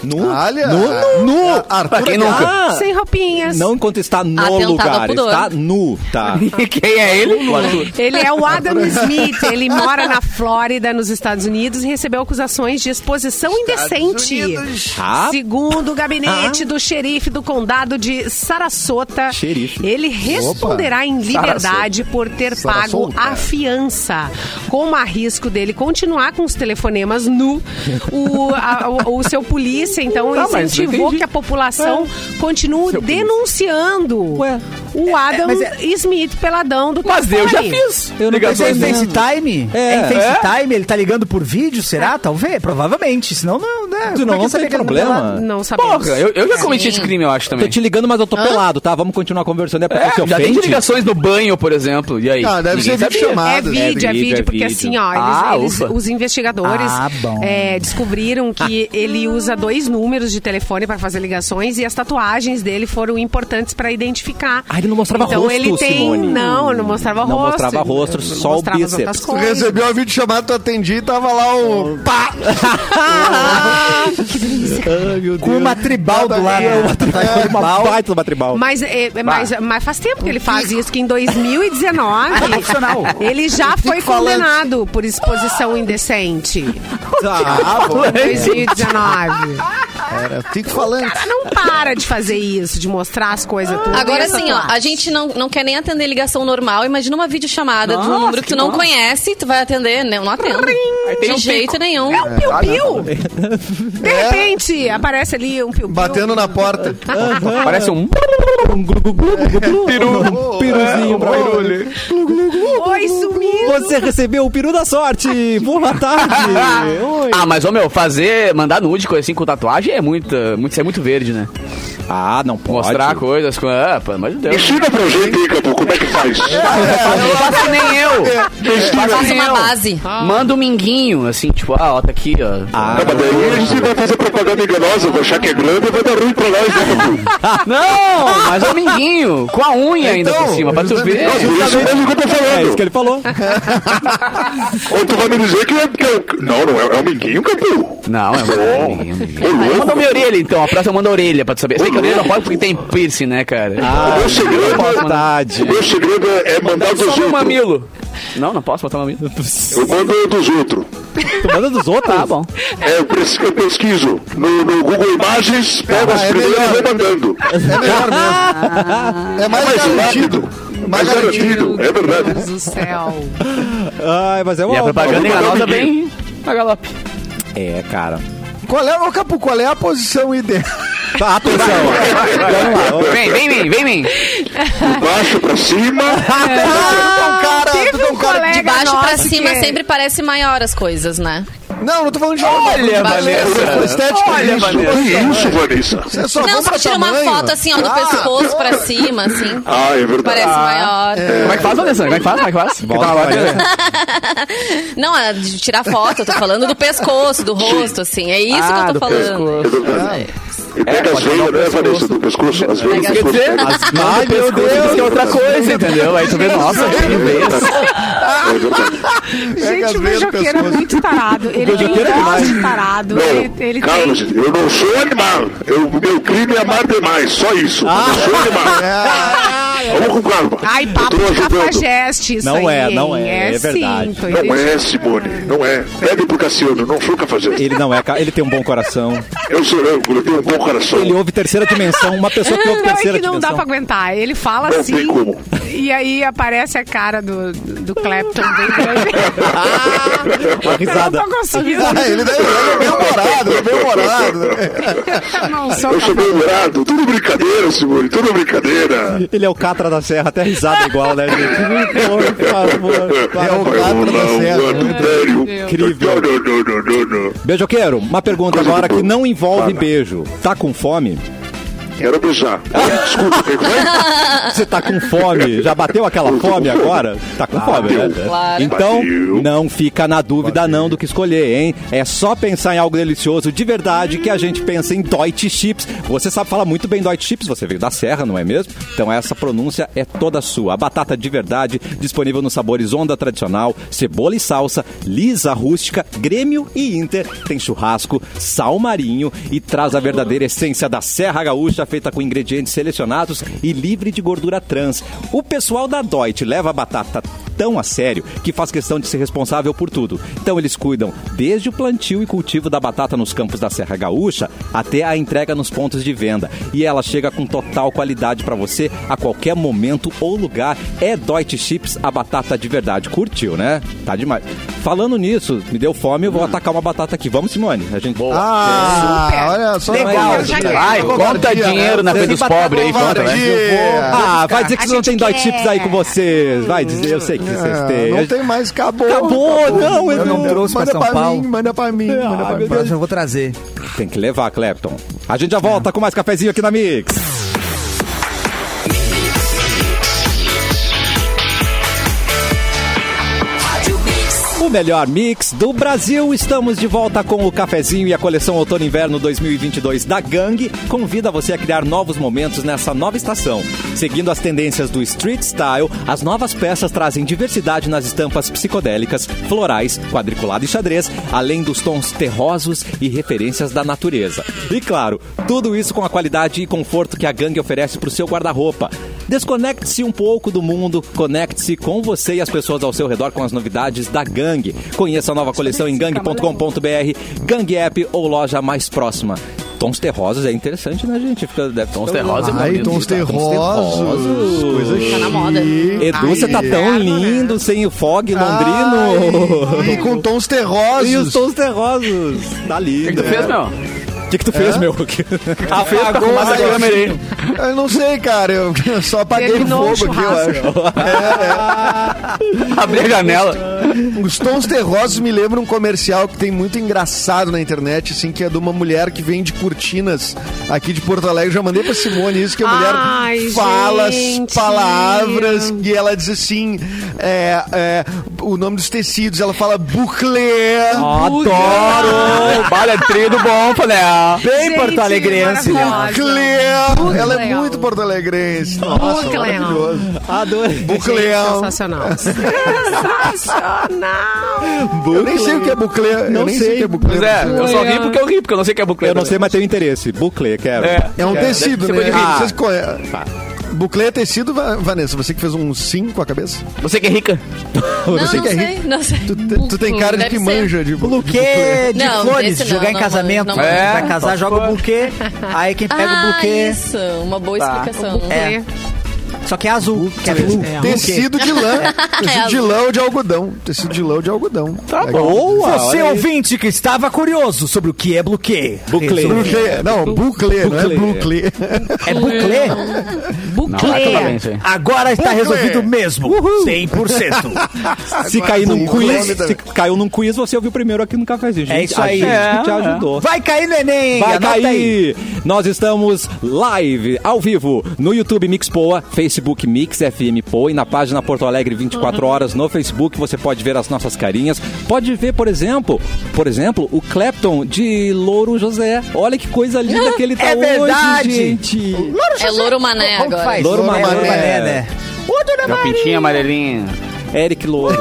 Nu,
Olha.
nu, nu.
Arthur
Pra quem
Aguiar.
Ah,
sem roupinhas.
não enquanto está no
Atentado ao
lugar,
pudor.
está nu, tá?
Quem é ele? O Arthur.
Ele é o Adam Smith, ele mora na Flórida, nos Estados Unidos, e recebeu acusações de exposição indecente.
Unidos.
Ah.
Segundo o
Ah.
gabinete do xerife do condado de Sarasota,
Xerife.
ele responderá em liberdade por ter pago
Sarasota.
a fiança. Como há risco dele continuar com os telefonemas nu, o, a- o- o seu polícia, então,
Tá, mas eu
incentivou
entendi. É.
que a população continue denunciando o Adam
mas é-
Smith peladão do
Mas eu já
telefone.
fiz.
Eu não
Mas é em
Ligações
pensei
dessas.
FaceTime?
É.
É. em FaceTime? Ele tá ligando por vídeo, será? Talvez, provavelmente. Senão não, né?
Tu
Como é
não,
que
não tem
saber que ele tá pelado?
problema.
Não sabemos.
Porra, eu, eu já cometi esse crime, eu acho,
Tô
também.
te ligando, mas eu tô pelado, tá? Vamos continuar conversando. É porque você
É, já tem
ofende?
ligações no banho, por exemplo. E aí?
Ah, deve
Ninguém
ser vídeo
sabia.
chamado.
É
nada, né?
vídeo, é
Vídeo,
vídeo,
é
porque
vídeo.
assim, ó, eles-
Ah,
eles-
ufa.
os investigadores
Ah, bom.
é, descobriram que ele usa dois números de telefone para fazer ligações e as tatuagens dele foram importantes para identificar.
Ah, ele não mostrava
então,
rosto,
ele tem...
Simone.
Não, não mostrava
Não
rosto.
mostrava rosto,
Não
só o
mostrava as
bíceps.
outras
Tu
coisas.
recebeu a vídeo chamada, tu atendi e tava lá o... Pá! Ai, meu Deus.
Com uma tribal do lado.
né?
É, uma
Tá com
Uma
uma tribal.
baita uma tribal.
Mas, é, é, mas, mas faz tempo que ele faz isso, que em
Ah,
2019
profissional.
ele já foi
falante.
condenado por exposição indecente.
tipo,
Ah, bom.
é
2019.
Era tico falante.
Não para de fazer isso, de mostrar as coisas tudo.
Agora
Essa
sim, ó,
tua-
a gente não, não quer nem atender ligação normal. Imagina uma videochamada de um número que tu não conhece, tu vai atender, não, não atendo.
tem um
De jeito nenhum.
É um piu-piu! De repente, aparece ali um piu-piu.
Batendo na porta.
Parece um...
Um glu, glu, glu, glu, glu. Um piruzinho pra
Barulho.
Oi, sumiu!
Você recebeu o peru da sorte. Boa tarde. Oi.
Ah, mas, ô, meu, fazer... Mandar nude, coisa assim, com tatuagem é muito... muito isso é muito verde, né?
Ah, não pode.
Mostrar coisas com... Ah, pelo amor de Deus.
Ensina pra gente aí, Capu, como é que faz.
Não faço nem eu.
Ensina.
Faço
Faça
nem
uma
eu.
base.
Manda um minguinho, assim, tipo, ah, ó, tá aqui, ó.
Ah,
Ah, mas daí a gente vai fazer propaganda enganosa, vou achar que é grande e vai dar ruim pra nós, né, Capu?
Não, mas é um minguinho, com a unha ainda
Então,
por cima, pra tu ver.
justamente.
Por isso mesmo que eu tô
É isso que ele
falando.
falou.
Ou tu vai me dizer que é... Que é- não, não, é, é o Minguinho, Capu.
Não, é um minguinho, é um
Ô,
minguinho.
louco.
Manda minha orelha, então, a próxima manda a orelha pra tu saber. Sei que a orelha não pode porque tem piercing, né, cara?
Ah,
O meu segredo,
boa
é-
Verdade.
o meu segredo é- é mandar
Só
dos
meu
outros.
mamilo. Não, não posso botar mamilo.
Eu mando um dos outros.
Tu manda dos outros?
Tá bom.
É, eu, pres- eu pesquiso no, no Google Imagens, pego
Ah,
as
é
primeiras e
melhor.
vou mandando.
É melhor mesmo. É mais
Mais
garantido. É
rápido, mais garantido, é
Meu
verdade.
Deus do céu.
Ai, mas é uma...
E a propaganda
vamos botar
enganosa
o minguinho.
bem a galope.
É, cara.
Qual é, ô Capu, qual é a posição ideal?
Tá, atenção. Vamos lá.
Vem, vem, vem, vem, vem.
De baixo pra cima,
tu é um cara,
Teve
tu é um
um
cara
colega
De baixo pra
nosso
cima
que- é.
sempre parece maior as coisas, né?
Não, não tô falando de
Olha,
Não,
Vanessa.
não, não, estética,
É
Olha,
isso.
Vanessa.
Que isso, Vanessa?
Você É só
Não, só
compra
tira uma
tamanho.
foto assim, ó, do
Ah,
pescoço pra cima, assim.
Ah, é verdade.
Parece maior.
Como é que faz, Vanessa? Como é que faz? Como é que faz?
Volta
Tá lá,
pra
Vanessa.
Não, é de tirar foto, eu tô falando do pescoço, do rosto, assim. É isso
Ah,
que eu
do
tô falando.
É
pescoço.
verdade. E
É,
pega as
pode mandar
veias,
o
né,
pescoço.
Vanessa, do pescoço? É, As veias do
Quer
pescoço.
dizer,
Ai,
ai,
meu
meu Deus, que é outra coisa, entendeu? Aí tu vê, nossa, que vez.
É verdade.
Pega
Gente,
as
o
veias do
beijoqueiro é
pescoço.
muito tarado. Ele tem
beijoqueiro é
voz de
demais.
tarado. Ele, ele
Não, calma,
tem.
gente. Eu não sou animal. Eu, meu crime é amar demais. Só isso. Eu não sou animal. Vamos com calma.
Ai,
Eu
papo
tô
de
ajudando.
cafajeste, isso
Não
aí,
é, não
hein?
é, é verdade.
Sim, tô
Não
identificando.
é, Simone. Não é. Pede pro Cassiano. Não sou cafajeste.
Ele não é, ca- ele tem um bom coração.
Eu sou ângulo. Eu tenho um bom coração.
Ele ouve terceira dimensão, uma pessoa que ouve
Não, é
terceira
que não dá
dimensão.
pra aguentar. Ele fala
Não
assim.
tem como.
E aí aparece a cara do, do Clapton bem grande.
Uma
Eu
risada.
não tô conseguindo.
Ah, ele daí é bem humorado, ele é bem humorado.
Ah!
Eu não sou
Eu sou
capaz.
bem humorado. Tudo brincadeira, Simone. Tudo brincadeira.
Ele é o Catra da Serra, até risada é igual, né, gente? Por favor.
É o
Eu
gato da
não
serra. né?
aguento, velho.
Incrível.
né? Não, não, não, não, não.
Beijoqueiro, uma pergunta
Coisa
agora
de
que
boa.
não envolve
Fala.
beijo. Tá com fome?
Quero beijar. Desculpa, é? o que que foi?
Você tá com fome? Já bateu aquela fome agora? Tá com fome, né?
bateu.
Claro.
Então,
Bateu.
não fica na dúvida não do que escolher, hein? É só pensar em algo delicioso de verdade que a gente pensa em Deutsche Chips. Você sabe falar muito bem Deutsche Chips, você veio da Serra, não é mesmo? Então, essa pronúncia é toda sua. A batata de verdade, disponível nos sabores onda tradicional, cebola e salsa, lisa rústica, Grêmio e Inter. Tem churrasco, sal marinho e traz a verdadeira essência da Serra Gaúcha, feita com ingredientes selecionados e livre de gordura trans. O pessoal da Deutsche leva a batata tão a sério que faz questão de ser responsável por tudo. Então eles cuidam desde o plantio e cultivo da batata nos campos da Serra Gaúcha até a entrega nos pontos de venda. E ela chega com total qualidade para você a qualquer momento ou lugar. É Deutsche Chips, a batata de verdade. Curtiu, né? Tá demais. Falando nisso, me deu fome, eu vou atacar uma batata aqui. Vamos, Simone. A gente
Ah,
Super.
olha só.
Legal, eu já quero.
Ai, conta
Covardia,
dinheiro
né?
na frente dos
Sem bater
pobres aí, conta, né?
covardia.
Ah, vai dizer que
A
você não tem
gente
Deutsche
quer.
Chips aí com vocês. Vai dizer, eu sei que vocês
Ah,
têm.
Não tem mais, acabou.
Acabou, não,
Eu não trouxe pra São Paulo. Manda pra mim,
Ah,
manda pra
meu
mim.
Deus.
Próximo eu vou trazer.
Tem que levar, Clapton. A gente já volta com mais cafezinho aqui na Mix. O melhor mix do Brasil. Estamos de volta com o cafezinho e a coleção Outono e Inverno 2022 da Gang convida você a criar novos momentos nessa nova estação. Seguindo as tendências do street style, as novas peças trazem diversidade nas estampas psicodélicas, florais, quadriculado e xadrez, além dos tons terrosos e referências da natureza. E claro, tudo isso com a qualidade e conforto que a Gang oferece para o seu guarda-roupa. Desconecte-se um pouco do mundo, conecte-se com você e as pessoas ao seu redor com as novidades da Gang. Conheça a nova coleção em gang.com.br, Gang App ou loja mais próxima. Tons terrosos é interessante, né, gente? Fica, deve
Tons terrosos é
Ai,
bonito.
tons
Tá, tons
terrosos.
terrosos.
Coisa
Tá na moda.
chique.
Edu, você tá tão
inverno,
lindo sem o fog londrino.
Ai, E com tons
Tá E os
terrosos.
tons terrosos. Tá
O que
lindo.
tu fez, meu?
O que, que tu fez, meu?
Apagou
Apagou
essa
essa
câmera aí. Eu não sei, cara. Eu eu só apaguei o
Terminou o
fogo aqui, eu
churrasco.
acho.
Abri a janela.
Os tons terrosos me lembram um comercial que tem muito engraçado na internet, assim, que é de uma mulher que vende cortinas aqui de Porto Alegre. Já mandei pra Simone isso, que a mulher
Ai,
fala as
gente.
palavras e ela diz assim, é, é, o nome dos tecidos, ela fala buclé.
Adoro! Balha trido bom, Panel.
Bem
Gente,
porto alegrense, né?
maravilhosa.
Buclé.
Buclé.
Ela é muito porto-alegrense. Nossa,
Buclé.
maravilhoso.
Adorei.
Buclé.
Sensacional. Sensacional.
Eu nem sei o que é buclé. Eu
Não
nem
sei.
o que é buclé.
Pois é, eu só ri porque eu ri, porque eu não sei o que é buclé.
Eu não sei, mas tenho interesse. Buclé, quero.
É.
É um
É,
tecido,
deve ser coisa de
né? Ah.
rico.
Vocês conhecem. Buclé é tecido, Va- Vanessa? Você que fez um sim com a cabeça?
Você que é rica.
Não, não
sei que é
sei,
rico.
não sei.
Tu, te- tu tem cara de
Deve
que
ser.
manja de bu- de buclé.
Buquê de
Não,
flores,
desse não,
jogar em
não
casamento. É. Tá
mando, não
mando.
Vai casar, joga o É buquê. Aí quem pega o
Ah,
buquê.
isso. Uma boa
Tá.
explicação.
É. Só que é azul. Que é blue.
É,
Tecido de lã. Tecido
É,
de lã ou de algodão. Tecido de lã ou de algodão. Tá
Boa!
Você
olha aí.
ouvinte que estava curioso sobre o que é bloqueio.
Buclê.
Bucle. é um Não, bucle, não é
Bucle.
bucle.
É buclê?
Não, vai tomar bem isso aí.
Agora está
Buclê.
resolvido mesmo. 100%.
Se cair num
sim,
quiz,
nome
se
também.
caiu num quiz, você ouviu primeiro aqui no cafezinho.
É
Gente,
isso
a
aí.
gente que te
É, é.
ajudou.
Vai cair no Enem.
Vai
anota
cair!
aí.
Nós estamos live, ao vivo, no YouTube Mix Poa, Facebook Mix FM Poa e na página Porto Alegre 24 horas no Facebook você pode ver as nossas carinhas. Pode ver, por exemplo, por exemplo, o Clapton de Louro José. Olha que coisa linda que ele tá
É verdade.
hoje, gente.
É Louro Mané
Como que
agora.
faz?
Louro
Louro
Mané.
Mané, né? Ô, dona
É o pintinho amarelinho.
Eric Louro.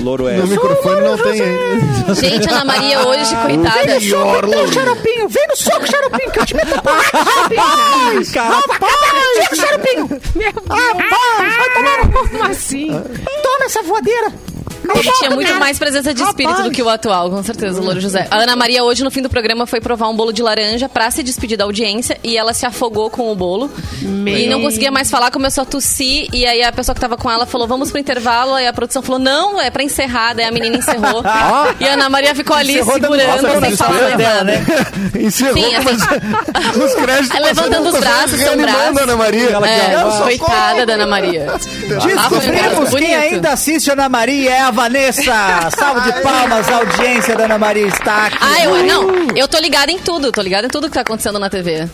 Louro é.
Meu microfone não tem ainda.
Gente, Ana Maria hoje, coitada.
Pior, Louro.
Xaropinho, vem no soco, Xaropinho, que eu te meto
Ai, cara,
Contigo, Xaropinho!
Meu Deus. vai tomar no Como assim?
Ah.
Toma essa voadeira!
Ele tinha é muito mais presença de espírito do que o atual, com certeza, o Louro José. A Ana Maria, hoje, no fim do programa, foi provar um bolo de laranja pra se despedir da audiência e ela se afogou com o bolo. E não conseguia mais falar, começou a tossir. E aí a pessoa que tava com ela falou: vamos pro intervalo. Aí a produção falou: não, é pra encerrar. Daí a menina encerrou. e a Ana Maria ficou ali
Encerrou dando- Nossa,
segurando,
quando
sem falar
desespero dela,
nada.
né?
Encerrou
Sim,
com uma- os créditos.
Ela levantando os
passando,
braços, são
reanimando
braços.
a Ana Maria.
É,
Eu sou
coitada da Ana Maria.
Descobrimos
um Bonito.
quem é ainda assiste a Ana Maria é a Vanessa! Salve de palmas, a audiência da Ana Maria está aqui!
Ah, eu, não, eu tô ligada em tudo, tô ligada em tudo que tá acontecendo na
É
TV.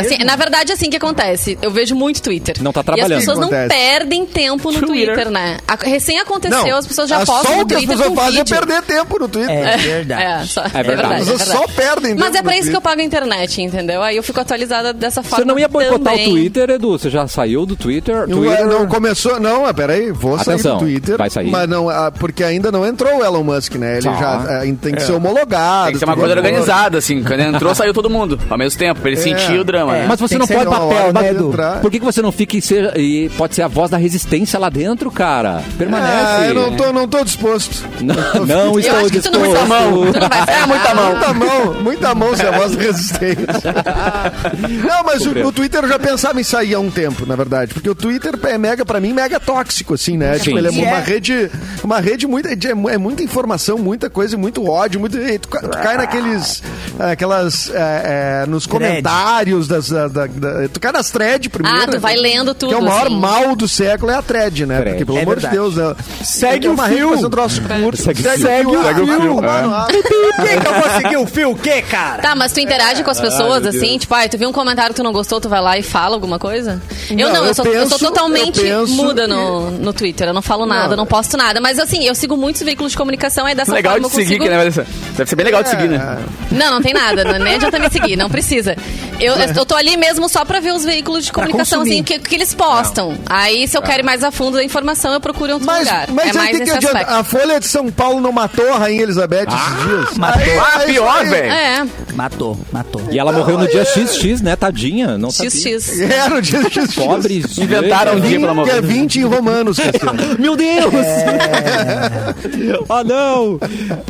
Assim, na verdade, é assim que acontece. Eu vejo muito Twitter.
Não tá
E
trabalhando.
as pessoas não
Acontece.
perdem tempo no Twitter, né? A- recém aconteceu, as pessoas já
é
postam
Só
no
o que as
Twitter com
pessoas fazem é
vídeo.
perder tempo no Twitter.
É
É,
verdade.
só-
É verdade.
As
é
pessoas só perdem
Mas
tempo
é pra
no
isso que eu pago a internet, entendeu? Aí eu fico atualizada dessa forma.
você não ia boicotar
também.
o Twitter, Edu? Você já saiu do Twitter?
Não,
Twitter...
é, não começou, não, é, peraí, vou
Atenção,
sair do Twitter.
vai sair.
Mas não, ah, porque ainda não entrou o Elon Musk, né? Ele
Tá.
já ah, tem que
É.
ser homologado.
Tem que ser uma
tudo
coisa
agora.
organizada, assim. Quando entrou, saiu todo mundo ao mesmo tempo, pra ele sentir o drama. né?
Mas você
Tem
não
que ser
pode
uma
papel,
hora
né,
de
Edu?
entrar.
Por que, que você não fica e, seja- e pode ser a voz da resistência lá dentro, cara? Permanece.
Ah, eu não tô, não tô disposto.
Não, não
Eu
estou
acho que tu não vai
disposto.
falar. Tu não vai falar. É muita
Muita mão, muita mão se a voz resistência. Não, mas o, o Twitter eu já pensava em sair há um tempo, na verdade. Porque o Twitter é mega, pra mim, mega tóxico, assim, né? Tipo, ele é uma
É.
rede. Uma rede muita, de- é mu- é muita informação, muita coisa, muito ódio, muito. e Tu, ca- tu cai naqueles. Aquelas. é, é, nos
Thread.
comentários das. da- da- da- tu cai nas thread primeiro.
Ah, tu
né?
vai lendo tudo,
Que é o maior
assim.
mal do século é a thread, né?
Thread.
Porque, pelo
É
amor de
verdade.
Deus, né?
Segue
é
o
uma rede
fio.
pra ser um troço curto.
Segue o fio.
Segue o fio.
Vai
Ah,
é.
no ar. Quem que eu vou seguir o fio? O que, cara?
Tá, mas tu interage com as pessoas,
meu
assim?
Deus.
Tipo, ai, tu viu um comentário que tu não gostou, tu vai lá e fala alguma coisa? eu
Não,
não, eu,
eu
sou, eu sou
penso-
totalmente
eu penso
muda no, no Twitter. Eu não falo nada, não, posto nada. Mas assim, eu sigo muitos veículos de comunicação, é dessa
Legal
forma
de
eu consigo...
seguir, que, né? Vanessa? Deve ser bem legal de seguir, né?
Não, não tem nada, não, nem adianta me seguir, não precisa. Eu, eu tô ali mesmo só pra ver os veículos de comunicação,
consumir.
assim, o que, o que eles postam. Aí, se eu quero ir mais a fundo da informação, eu procuro em outro
Mas,
lugar.
mas
é
aí
mais
tem que
nesse
adiantar.
aspecto.
A Folha de São Paulo não matou a Rainha Elizabeth esses dias.
matou.
Ah,
é isso
pior,
aí.
velho.
É,
Matou, matou.
E ela morreu no dia XX, né, tadinha? Não sabia.
XX.
É, no dia de Jesus.
Pobre
Inventaram um dia, pelo amor de
Que né? é
Deus.
20 em romanos, Cassiano.
Meu Deus!
É,
Ah, não!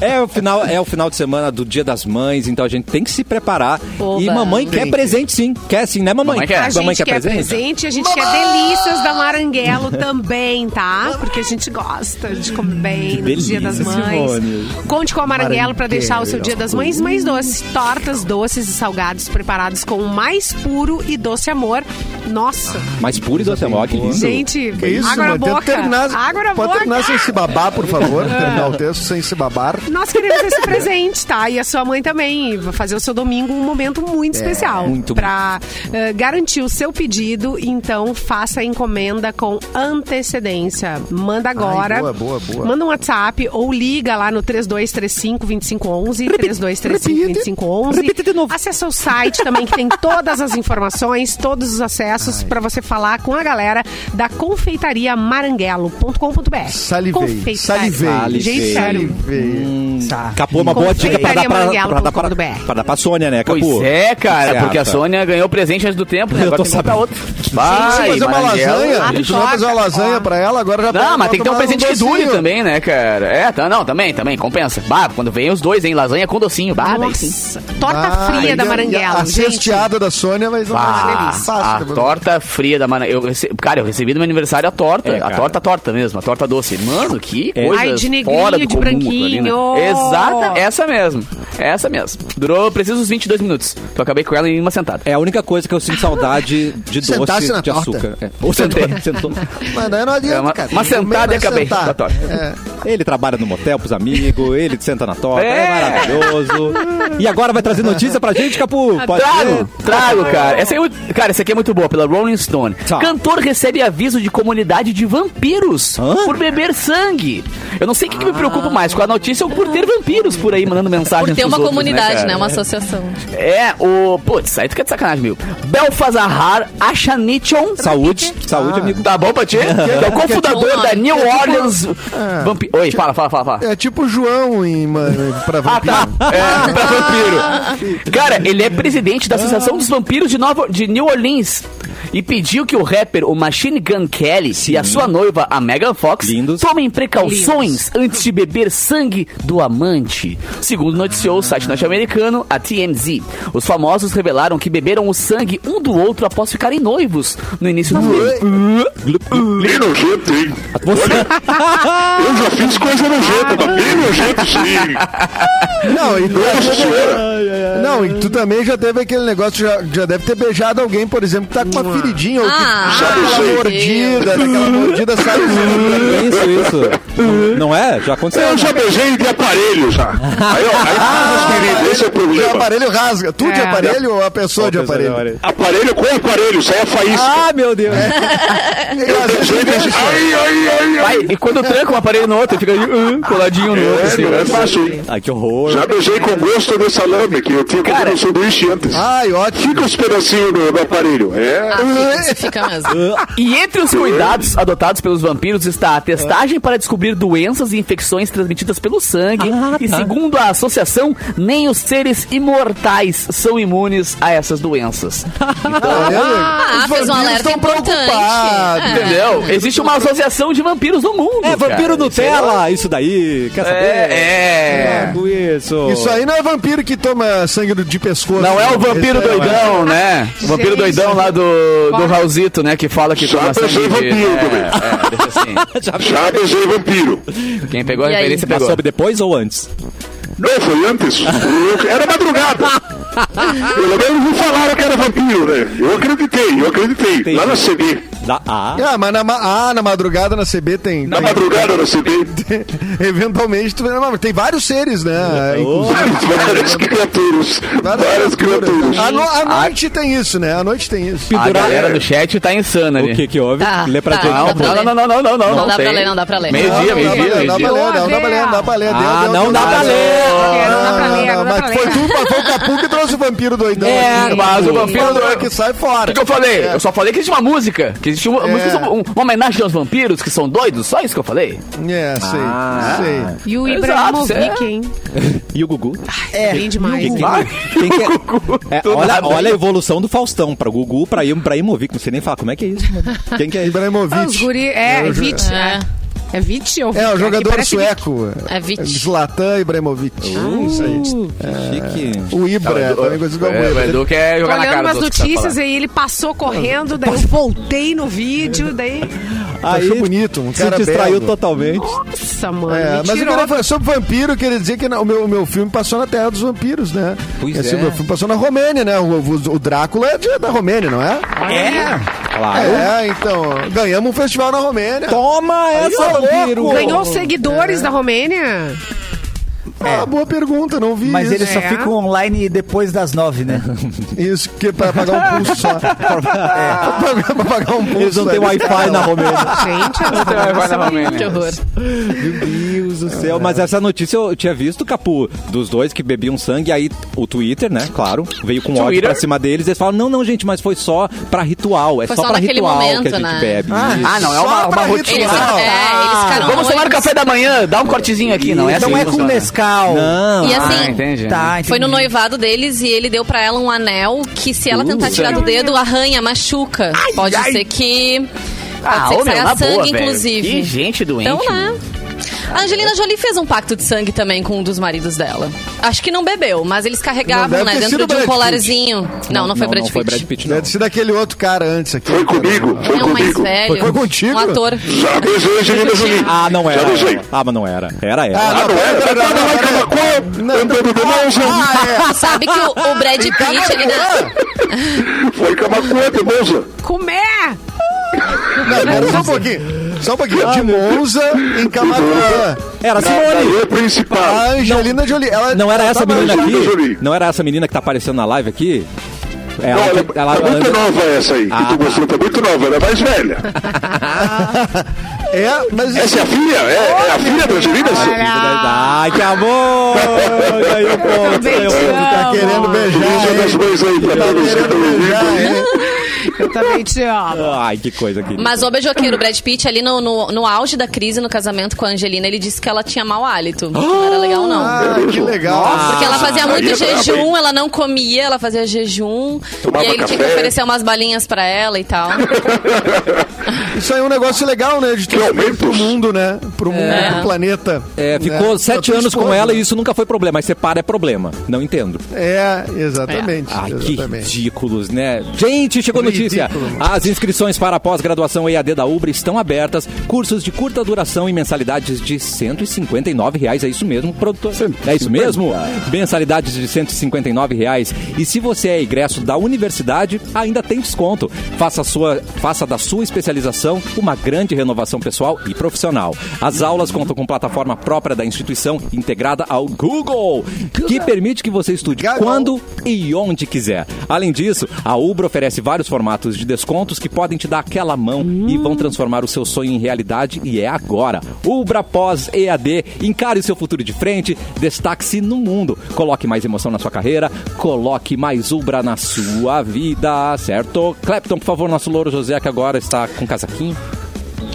É o, final, é o final de semana do Dia das Mães, então a gente tem que se preparar.
Oba.
E mamãe quer presente, sim. Quer sim, né, mamãe?
Mamãe quer.
A gente
Mamãe
quer presente, a gente quer delícias da Maranguelo também, tá? Porque a gente gosta de comer bem no
delícia,
Dia das Mães.
Simone.
Conte com a Maranguelo para deixar o seu Dia das Mães mais doce. Tortas, doces e salgados preparados com o mais puro e doce amor. Nossa,
Mas puro e doce, amor, que lindo.
gente,
Ah, Que isso,
água na
mano? Tenta
boca.
terminar,
água na
pode
boca. É.
terminar sem se babar, por favor. terminar o texto sem se babar.
Nós queremos esse presente, tá? E a sua mãe também. Vai fazer o seu domingo um momento muito especial.
É, muito,
Pra eh, garantir o seu pedido, então faça a encomenda com antecedência. Manda agora.
boa, boa, boa.
Manda um WhatsApp ou liga lá no 3235-2511. 3235-2511.
repita de novo.
Acessa o site também, que tem todas as informações, todos os acessos para você falar com a galera da confeitaria maranguelo.com.br. Salivei.
Salivei. Salivei.
sério. Gente, sério.
Salivei.
Hum,
Tá.
Capô, uma boa dica pra dar pra, pra, dar pra,
Confeitariamanguela.com.br.
pra dar pra Sônia, né, Capô?
Pois é, cara,
Certa.
porque a Sônia ganhou presente antes do tempo, né?
Eu
Agora
tô
tem que comprar
sabendo.
outro.
Vai,
é
fazer uma
Marangela.
lasanha. Tu vai fazer uma lasanha pra ela agora já
Não, mas tem que ter um
tomar
presente que dure
docinho.
também, né, cara? É, tá, não, também, também, compensa. Bah, quando vem os dois, hein? Lasanha com docinho. Bah, daí sim.
Nossa, Ah, torta
Ah,
fria
e
da
a-
Maranguela.
e A, a
gente.
cesteada da Sônia, mas não vai ser
Bah,
fácil.
a
tá bom?
torta fria da Mara... eu rece- Cara, eu recebi no meu aniversário a torta.
É,
a
cara.
torta torta mesmo, a torta doce. Mano, que
É.
coisa
Ai, de negrinho,
fora
de
do comum.
branquinho.
aquilo ali, né? Exata, essa mesmo. Essa mesmo. Durou preciso uns 22 minutos. Eu acabei com ela em uma sentada.
É a única coisa que eu sinto saudade de
Sentar-se
doce
na
de
torta.
açúcar. É. Ou sentou, sentou.
Mas daí não adianta,
É uma-
cara.
uma
Tem que comer,
sentada e
mas
acabei.
sentar.
Da torta.
É.
Ele trabalha no motel pros amigos, ele senta na torta, é,
É.
maravilhoso. E agora vai trazer notícia pra gente, Capu? Pode
Trago,
ser?
trago, cara. Essa, aí, é muito- cara, essa aqui é muito boa, pela Rolling Stone.
Ah. Tá.
Cantor recebe aviso de comunidade de vampiros
Hã? Ah.
por beber sangue. Eu não sei o que, que me preocupa mais, com a notícia ou por ter vampiros por aí mandando mensagem.
Por ter uma comunidade, né?
cara?
Uma associação.
É, o. Putz, aí tu quer de sacanagem, meu. Belfazahar Achanichon.
Saúde, saúde, amigo.
Tá bom pra ti? É o cofundador
um
da New Orleans.
Ah.
Vampi... Oi, fala, fala, fala. fala.
É tipo o João em, mano, pra
Ah,
vampiro.
tá. É, pra vampiro. Cara, ele é presidente da Associação dos Vampiros de, Nova, de New Orleans. E pediu que o rapper, o Machine Gun Kelly, e a sua noiva, a Megan Fox,
Lindos.
tomem precauções antes de beber sangue do amante. Segundo noticiou o site norte-americano, a TMZ. Os famosos revelaram que beberam o sangue um do outro após ficarem noivos no início do filme.
Bem nojento, hein?
é
Olha, eu já fiz coisa nojenta, mas bem nojento sim.
Não, e
Nossa senhora.
Não, e tu também já teve aquele negócio, já, já deve ter beijado alguém, por exemplo, que tá com uma feridinha, ou que
Ah,
dá aquela
meu
mordida, daquela mordida sai sangue.
Isso, isso. Não é? Já aconteceu.
Então, Eu
né?
já beijei de aparelho já. Aí, ó, aí, meus queridos, esse é o
O
problema.
aparelho rasga. Tu de
É.
aparelho ou a pessoa de aparelho?
Aparelho com aparelho, sai a faísca.
Ah, meu Deus.
Eu assim,
Beijei, beijei. Ai, ai, ai, ai.
Vai, e quando tranca um aparelho no outro, fica ali, uh, coladinho no outro.
É,
assim,
não é
né?
fácil, hein?
Ai, que horror.
Já beijei com gosto de salame, que eu tinha que
Cara.
comer um sanduíche antes.
Ai, ótimo.
Fica os pedacinhos do, do aparelho. É.
Ah, fica, fica mesmo.
E entre os cuidados adotados pelos vampiros está a testagem para descobrir doenças e infecções transmitidas pelo sangue. E segundo a associação, nem os seres imortais são imunes a essas doenças.
tá
Ah, fez um alerta importante. É.
Entendeu? Existe uma associação de vampiros no mundo.
É vampiro
cara.
Nutella, isso daí. Quer saber?
É, é.
Logo Isso.
Isso aí não é vampiro que toma sangue do- de pescoço.
Não é o vampiro
Esse é-
doidão, né? O vampiro
Gente.
doidão lá do, do Raulzito, né? Que fala que
Só
toma
pra
sangue
ser
de-
vampiro
é,
também.
é, deixa assim.
Já beijei vampiro.
Quem pegou a
E aí?
referência
Mas
pegou.
soube depois ou antes?
Não, foi antes. Eu- Era madrugada. Pelo menos não falaram que era vampiro, né? Eu acreditei, eu acreditei. Lá na CB.
Da A.
Ah, mas na, ma- ah, na madrugada na CB tem.
Na
tem-
madrugada na CB.
Eventualmente, tu... não, mas tem vários seres, né? Inclusive.
Várias criaturas. Várias criaturas.
A, no-
Ah,
a noite tem isso, né? A noite tem isso.
A galera do chat tá insana ali.
O que que houve?
Tá,
Lê pra
tá.
gente.
Não, dá
Não,
pra
não,
ler.
não, não, não, não, não.
Não dá pra
tem.
ler, não dá pra ler.
Meio-dia,
não,
meio-dia,
não, Ah, dá pra
meio-dia.
ler, não dá pra ler, não dá pra ler.
Ah,
deu, deu,
não
deu,
dá
deu.
pra ler.
Não dá pra ler,
Não,
não dá pra
mas foi
ler.
tu, mas foi o Capu que trouxe o vampiro doidão.
É,
aqui.
mas o vampiro
Falou
doido-
que sai
O
fora.
que, que eu falei? Eu só falei que existe uma música. Que existe uma,
É.
música sobre um- uma homenagem aos vampiros que são doidos. Só isso que eu falei.
É, sei,
Ah.
sei.
E o é
Exato, É.
Ibrahimovic,
sério.
hein?
E o Gugu?
É, bem demais. hein?
Quem que é- É,
Do
olha,
nada.
olha a evolução do Faustão pra Gugu, pra Im- pra Imovic. Não sei nem falar como é que é isso. mano? Quem que é isso?
Ah, os
Ibrahimovic.
guri... É,
Eu ju-
Vit. É. É Vit ou
É, o
Vit?
jogador
Parece Vit.
sueco.
É Vit.
Zlatan Ibrahimovic. Isso aí.
Chique.
O Ibra, também coisa igual
Uh. É, o
o Ibra.
Edu quer
Tô
jogar na
olhando
cara
umas
dos outros que tá
notícias
falando.
aí, ele passou correndo, daí eu voltei no vídeo, daí...
Ah,
Aí, Achou bonito, um cara
se distraiu
belo.
totalmente.
Nossa, mano,
É,
me
mas eu
tirou.
queria falar sobre vampiro, queria dizer que na- o meu, o meu filme passou na Terra dos Vampiros, né?
Pois
Esse
é.
meu filme passou na Romênia, né? O, o- o Drácula é de- da Romênia, não é?
Claro. Então,
É, então. Ganhamos um festival na Romênia.
Toma essa,
ó,
vampiro!
louco.
Ganhou seguidores da Romênia?
é.
Ah, boa pergunta, não vi
Mas
isso.
eles só
É.
ficam online depois das nove, né?
Isso, que é pra pagar um pulso só. é. pra, pra pagar um pulso.
Eles não têm
né?
Wi-Fi na Romênia.
Gente,
Então, vai
nossa,
na Romênia.
Que horror.
Meu Deus do céu. Mas essa notícia eu tinha visto, Capu, dos dois que bebiam sangue. Aí o Twitter, né, claro, veio com ódio
Twitter?
pra cima deles. Eles falam, não, não, gente, mas foi só pra ritual. É
Foi
só,
só
pra
naquele
ritual que a
momento,
gente
né?
bebe. Isso.
Ah, não, é uma,
Só pra
uma rotina.
Eles, é, eles cada um-
Vamos tomar o
eles-
café da manhã, dá um cortezinho aqui, não é assim
Então
que
é com
funciona.
Nescau.
Não.
E
Ah,
assim,
entendi.
Tá,
Foi no
entendi.
noivado deles e ele deu pra ela um anel que se ela tentar tirar do dedo, arranha, machuca. Pode ser que. Pode
Ah,
ser
ô,
que
meu,
saia
na
sangue,
boa,
inclusive.
velho. Que gente doente.
Então, né?
meu.
A Angelina Jolie fez um pacto de sangue também com um dos maridos dela. Acho que não bebeu, mas eles carregavam,
Não deve
né?
ter
Dentro
sido
de um
Brad Pitt.
colarzinho. Não, não, foi Brad
Não foi
Pitt.
Brad Pitt, não.
Deve ser daquele outro cara antes aqui.
Foi comigo, foi
É um mais
comigo.
velho.
Foi contigo?
Um ator.
Já avisei, Angelina Jolie.
Ah, não era.
Já avisei.
ela. Ah, mas não era. Era ela.
Ah,
Ah, não era? Eu tava lá em Camacuã, andando de
Ah,
Monza.
Sabe que o, o Brad Pitt, ele dá...
Foi em Camacuã de Monza.
Comer!
Não, pera, só um pouquinho. Só um pouquinho.
Ah,
De Monza em Camacuã.
Era a Simone.
Daí
A Ah,
principal.
Angelina Jolie. Ela
Ah. Não era
ela
essa
tava-
menina
Angelina
aqui?
Jolie.
Não era essa menina que tá aparecendo na live aqui? É,
Não, ela,
que- ela-
tá muito
ela-
nova essa aí,
Ah,
que tu mostrou, tá muito nova, ela é mais velha.
É, mas
Essa é a filha, é, é a filha da Angelina. sim.
Ai, que amor! Ganhou ponto, ganhou ponto.
tá querendo beijar.
Beijo das
hein?
mães aí pra todos que estão ouvindo aí.
Eu também te amo.
Ai, que coisa aqui.
Mas o beijoqueiro, o Brad Pitt, ali no, no, no auge da crise no casamento com a Angelina, ele disse que ela tinha mau hálito. Não era legal, não.
Ah, que legal.
Porque ela fazia muito
Aí é brabo,
jejum,
hein?
ela não comia, ela fazia jejum.
Tomava
e aí ele tinha que
café.
oferecer umas balinhas pra ela e tal.
Isso aí é um negócio legal, né? De trazer
aumentos.
pro mundo, né? Pro mundo,
É.
pro planeta.
É, ficou
né?
sete
Pra tua
anos com
esposa.
ela e isso nunca foi problema. Mas separa é problema. Não entendo.
É, exatamente.
Ai, que
exatamente.
ridículos, né? Gente, chegou a notícia.
Ridículo, mano.
As inscrições para a pós-graduação EAD da Ubra estão abertas. Cursos de curta duração e mensalidades de R$ 159 reais. É isso mesmo, produtor? É isso mesmo? Mensalidades de R$ 159 reais. E se você é egresso da universidade, ainda tem desconto. Faça, a sua, faça da sua especialização uma grande renovação pessoal e profissional. As aulas contam com plataforma própria da instituição, integrada ao Google, que permite que você estude
Google.
quando e onde quiser. Além disso, a Ubra oferece vários formatos de descontos que podem te dar aquela mão e vão transformar o seu sonho em realidade e é agora. Ubra Pós EAD, encare o seu futuro de frente, destaque-se no mundo. Coloque mais emoção na sua carreira, coloque mais Ubra na sua vida, certo? Clepton, por favor, nosso louro José, que agora está com casaquinho.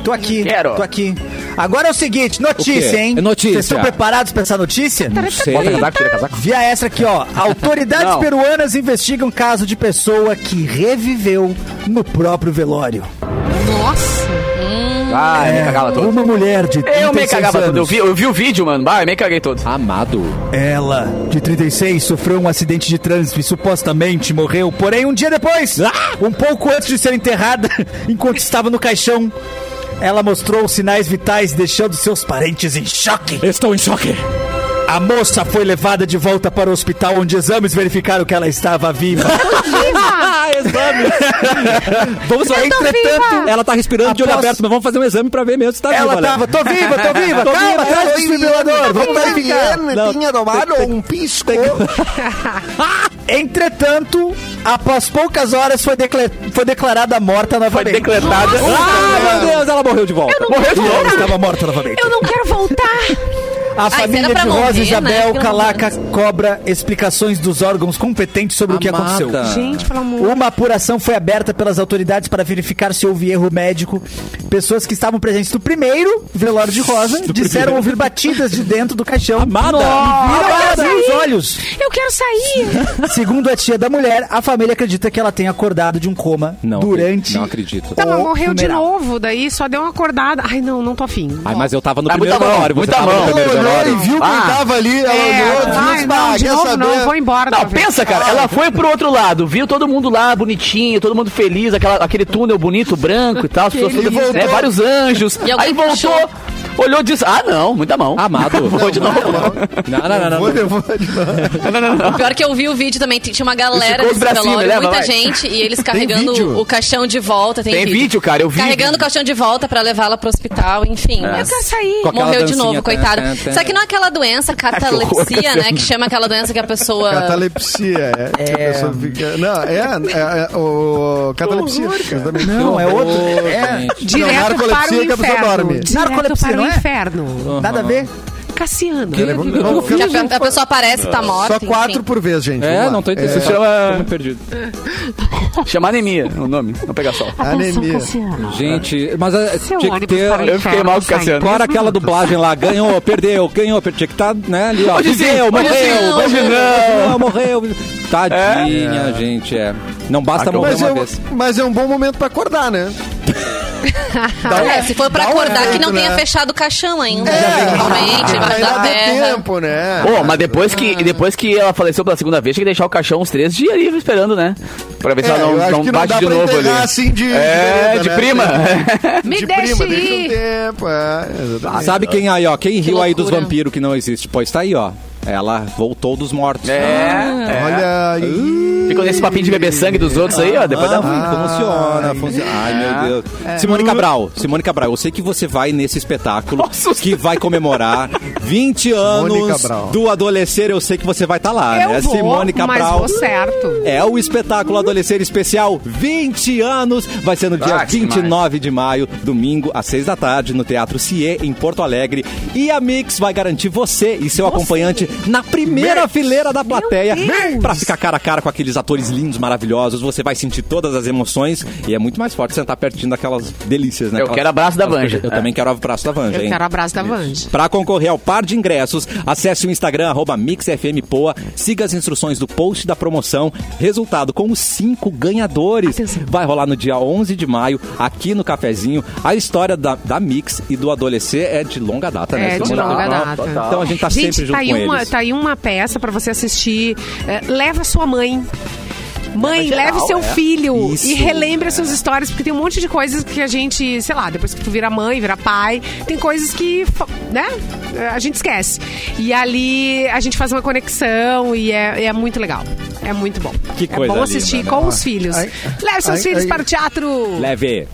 Tô aqui,
Quero.
tô aqui. Agora é o seguinte,
O quê?
notícia, hein?
É notícia.
Vocês estão preparados pra essa notícia?
Sei.
Bota casaco, tira casaco.
Via essa aqui, ó. Autoridades
Não.
peruanas investigam caso de pessoa que reviveu no próprio velório. É,
Nossa!
Ah, eu me cagava todo.
Uma mulher de 36
Eu me cagava
anos.
todo. Eu vi, eu vi o vídeo, mano. Bah, eu me caguei todo.
Amado.
Ela, de 36, sofreu um acidente de trânsito e supostamente morreu. Porém, um dia depois, um pouco antes de ser enterrada, enquanto estava no caixão, ela mostrou os sinais vitais, deixando seus parentes em choque.
Estou em choque.
A moça foi levada de volta para o hospital, onde exames verificaram que ela estava viva.
Exames. Vamos lá.
Eu tô
Ah, Entretanto,
viva.
ela tá respirando de olho
Após-
aberto, mas vamos fazer um exame pra ver mesmo se tá viva,
ela
né?
estava, tô viva, tô viva,
Tô viva,
calma, traz o desfibrilador, vamos verificar.
Não.
tinha tomado um pisco.
Entretanto, após poucas horas foi, decla- foi declarada morta
Foi
novamente.
decretada.
Ah, meu Deus, ela morreu de volta.
Morreu de
Ela
novo.
estava morta novamente.
Eu não quero voltar!
A família
era pra
de Rosa
morrer, né?
Isabel
Pelo
Calaca
menos.
cobra explicações dos órgãos competentes sobre o que
Amada.
aconteceu.
Gente, pelo amor
Uma apuração foi aberta pelas autoridades para verificar se houve erro médico. Pessoas que estavam presentes no primeiro velório de Rosa disseram ouvir batidas de dentro do caixão.
Amada.
E viram ela
Amada.
abrir os olhos.
Eu quero sair!
Segundo a tia da mulher, a família acredita que ela tenha acordado de um coma
Não,
durante.
não acredito.
Então, ela
o
morreu de
funeral.
novo, daí só deu uma acordada. Ai, não, não tô afim.
Ai, mas eu tava no
Ah,
primeiro
muita mão,
velório. Você
muita
tava no
mão.
primeiro
Ela olhou
velório.
e viu
Ah.
quem tava ali. Ela olhou e
ai,
disse,
É, não,
"Ah,
de
quer
novo não,
saber?"
vou embora.
Não,
dessa vez.
pensa, cara, ela foi pro outro lado, viu todo mundo lá bonitinho, todo mundo feliz, aquela, aquele túnel bonito, branco e tal, as pessoas
Ele
felizes, né?
voltou.
Vários anjos.
E alguém
Aí voltou.
puxou.
Olhou e disse, ah, não, muita mão.
Amado.
Vou de novo.
Não, não, não, não.
Vou, eu vou de novo.
Não, não, não, não.
Pior é que eu vi o vídeo também, tinha uma galera
ficou
desse
pra cima,
velório,
leva,
muita
vai.
gente, e eles
vídeo?
carregando o caixão de volta. Tem,
Tem vídeo, cara, eu vi.
Carregando o caixão de volta pra levá-la pro hospital, enfim. Mas
quero sair.
Com aquela
morreu de
dancinha,
novo,
tá,
coitado.
tá, tá.
Só que não é aquela doença, catalepsia, né? Que chama aquela doença que a pessoa.
Catalepsia, é. Que a pessoa fica... Não, é, é, é o... Catalepsia. exatamente.
Não, é outro. É,
Gente.
Direto para o
narcolepsia que a pessoa
inferno.
dorme.
Direto
Narcolepsia,
para o
não é?
inferno.
nada a ver.
Cassiano.
Não,
que
fica-
a, pe- a pessoa aparece e tá morta.
Só quatro
enfim.
por vez, gente. Vamos
É,
lá.
não tô entendendo.
É,
Isso chama- Tô muito perdido.
Chama anemia o nome, não pega sol.
anemia.
Gente, mas ah, tinha
Seu
que
ônibus para o
ter.
eu fiquei mal
inferno é sai
com o
em
Cassiano.
Agora
três
aquela dublagem lá, ganhou, perdeu, ganhou, perdeu. Tinha que estar, né, ali, ó.
Hoje sim,
viveu,
hoje
morreu,
sim, hoje
viveu,
não.
morreu. Tadinha, gente, é. Não basta morrer
Mas
uma
é,
vez.
um, mas é um bom momento pra acordar, né? Dá um-
É, se for pra
dá um
acordar, que não
jeito,
tenha
né?
fechado o caixão ainda.
É,
Realmente,
tipo,
embaixo
ainda
da
dá
é,
terra.
tempo, né?
Pô, mas depois que, e depois que ela faleceu pela segunda vez, tinha que deixar o caixão uns três dias ali esperando, né? Pra ver se
É,
ela não,
eu acho
não
que não
bate
dá
de
pra
novo ali.
enterrar assim de-
é,
de
de
né?
prima.
Me
de
deixe
prima, deixa um
ir.
tempo. É, exatamente.
Sabe quem aí, ó? Quem riu aí dos
loucura.
vampiros que não existe? Pois tá aí, ó. Ela voltou dos mortos. Ah,
É, é.
Olha aí.
Ficou nesse papinho de beber sangue dos outros aí, ó. Depois
Ah,
da...
funciona, funciona. Ai,
É.
meu Deus.
Hum.
Simone Cabral, Simone Cabral, eu sei que você vai nesse espetáculo
Nossa,
que vai comemorar 20 anos
Cabral.
do Adolescer, eu sei que você vai estar lá, né?
Eu vou,
Simone Cabral.
mas vou certo.
É o espetáculo Adolescer Especial 20 anos. Vai ser no dia
Ah, que
29 de maio, domingo, às 6 da tarde, no Teatro Cie, em Porto Alegre. E a Mix vai garantir você e seu acompanhante na primeira fileira da plateia.
Deus!
Pra ficar cara a cara com aqueles atores lindos, maravilhosos. Você vai sentir todas as emoções. E é muito mais forte sentar pertinho daquelas delícias, né?
Eu
Aquelas-
quero abraço da
aquelas
Vanja.
coisas- Eu também quero abraço da Vanja,
Eu
hein?
quero abraço da Vange.
Para concorrer ao par de ingressos, acesse o Instagram arroba MixFMPoa, siga as instruções do post da promoção. Resultado com os cinco ganhadores.
Atenção.
Vai rolar no dia 11 de maio, aqui no Cafezinho. A história da, da Mix e do Adolescer é de longa data, né?
É, de
Simone?
longa
Então,
data.
Então a gente tá
Gente,
sempre junto
tá aí,
com
uma,
eles.
tá aí uma peça pra você assistir. É, leva sua mãe. Mãe,
Leva geral,
leve seu
é.
filho
Isso,
e relembre as suas histórias, porque tem um monte de coisas que a gente, sei lá, depois que tu vira mãe, vira pai, tem coisas que, fa- né, a gente esquece. E ali a gente faz uma conexão e é, é muito legal. É muito bom.
Que
é
coisa
bom assistir
linda, né?
com os filhos.
Ai,
leve seus
ai,
filhos
ai.
para o teatro.
Leve.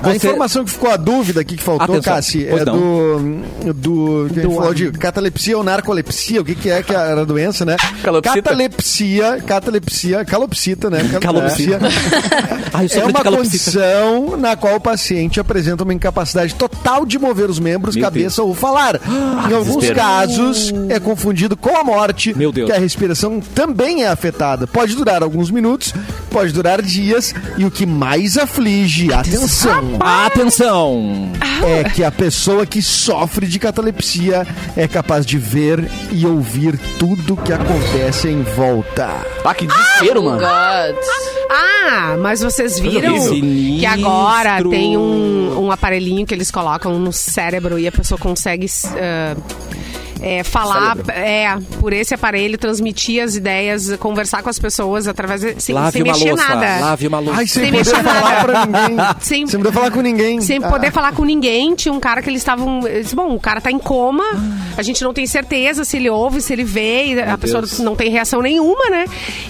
A
é
Você-
informação que ficou a dúvida aqui que faltou,
Atenção.
Cassi,
Pois
é do. do, que a gente falou de catalepsia ou narcolepsia, o que, que é que era a doença, né?
Calopsita.
Catalepsia, catalepsia, calopsita, né? Cal-
Calopsita. Ai, eu sou
É uma
calopsita.
condição na qual o paciente apresenta uma incapacidade total de mover os membros,
Meu Ah,
cabeça ou falar. em alguns
desespero.
casos, é confundido com a morte,
Meu Deus.
que a respiração também é afetada. Pode durar alguns minutos, pode durar dias, e o que mais aflige, atenção,
Atenção!
é que a pessoa que sofre de catalepsia é capaz de ver e ouvir tudo que acontece em volta.
Ah, que desespero,
Oh,
mano.
God.
Ah, mas vocês viram
Coisa horrível.
que agora
Sinistro.
tem um, um aparelhinho que eles colocam no cérebro e a pessoa consegue. ah, é, falar é, por esse aparelho, transmitir as ideias, conversar com as pessoas através de, sem,
Lave
sem
uma
mexer
louça.
nada.
Lave uma louça.
Ai, sem,
Sem
poder
mexer
falar
nada.
pra ninguém.
Sem-
Sem, poder falar com ninguém.
Sem
Ah.
poder falar com ninguém, tinha um cara que eles estavam. eles- Bom, o cara tá em coma, a gente não tem certeza se ele ouve, se ele vê, e a pessoa
Deus.
não tem reação nenhuma, né?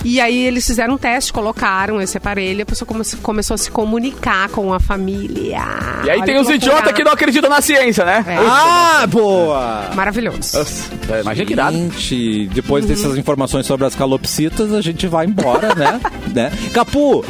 E aí eles fizeram um teste, colocaram esse aparelho, e a pessoa come- começou a se comunicar com a família.
E aí
Olha
tem
que
os
loucura.
idiotas que não acreditam na ciência, né?
É.
Ah, boa! é
Maravilhoso.
Nossa, Imagina que irado.
Gente, depois dessas informações sobre as calopsitas, a gente vai embora, né? né? Capu,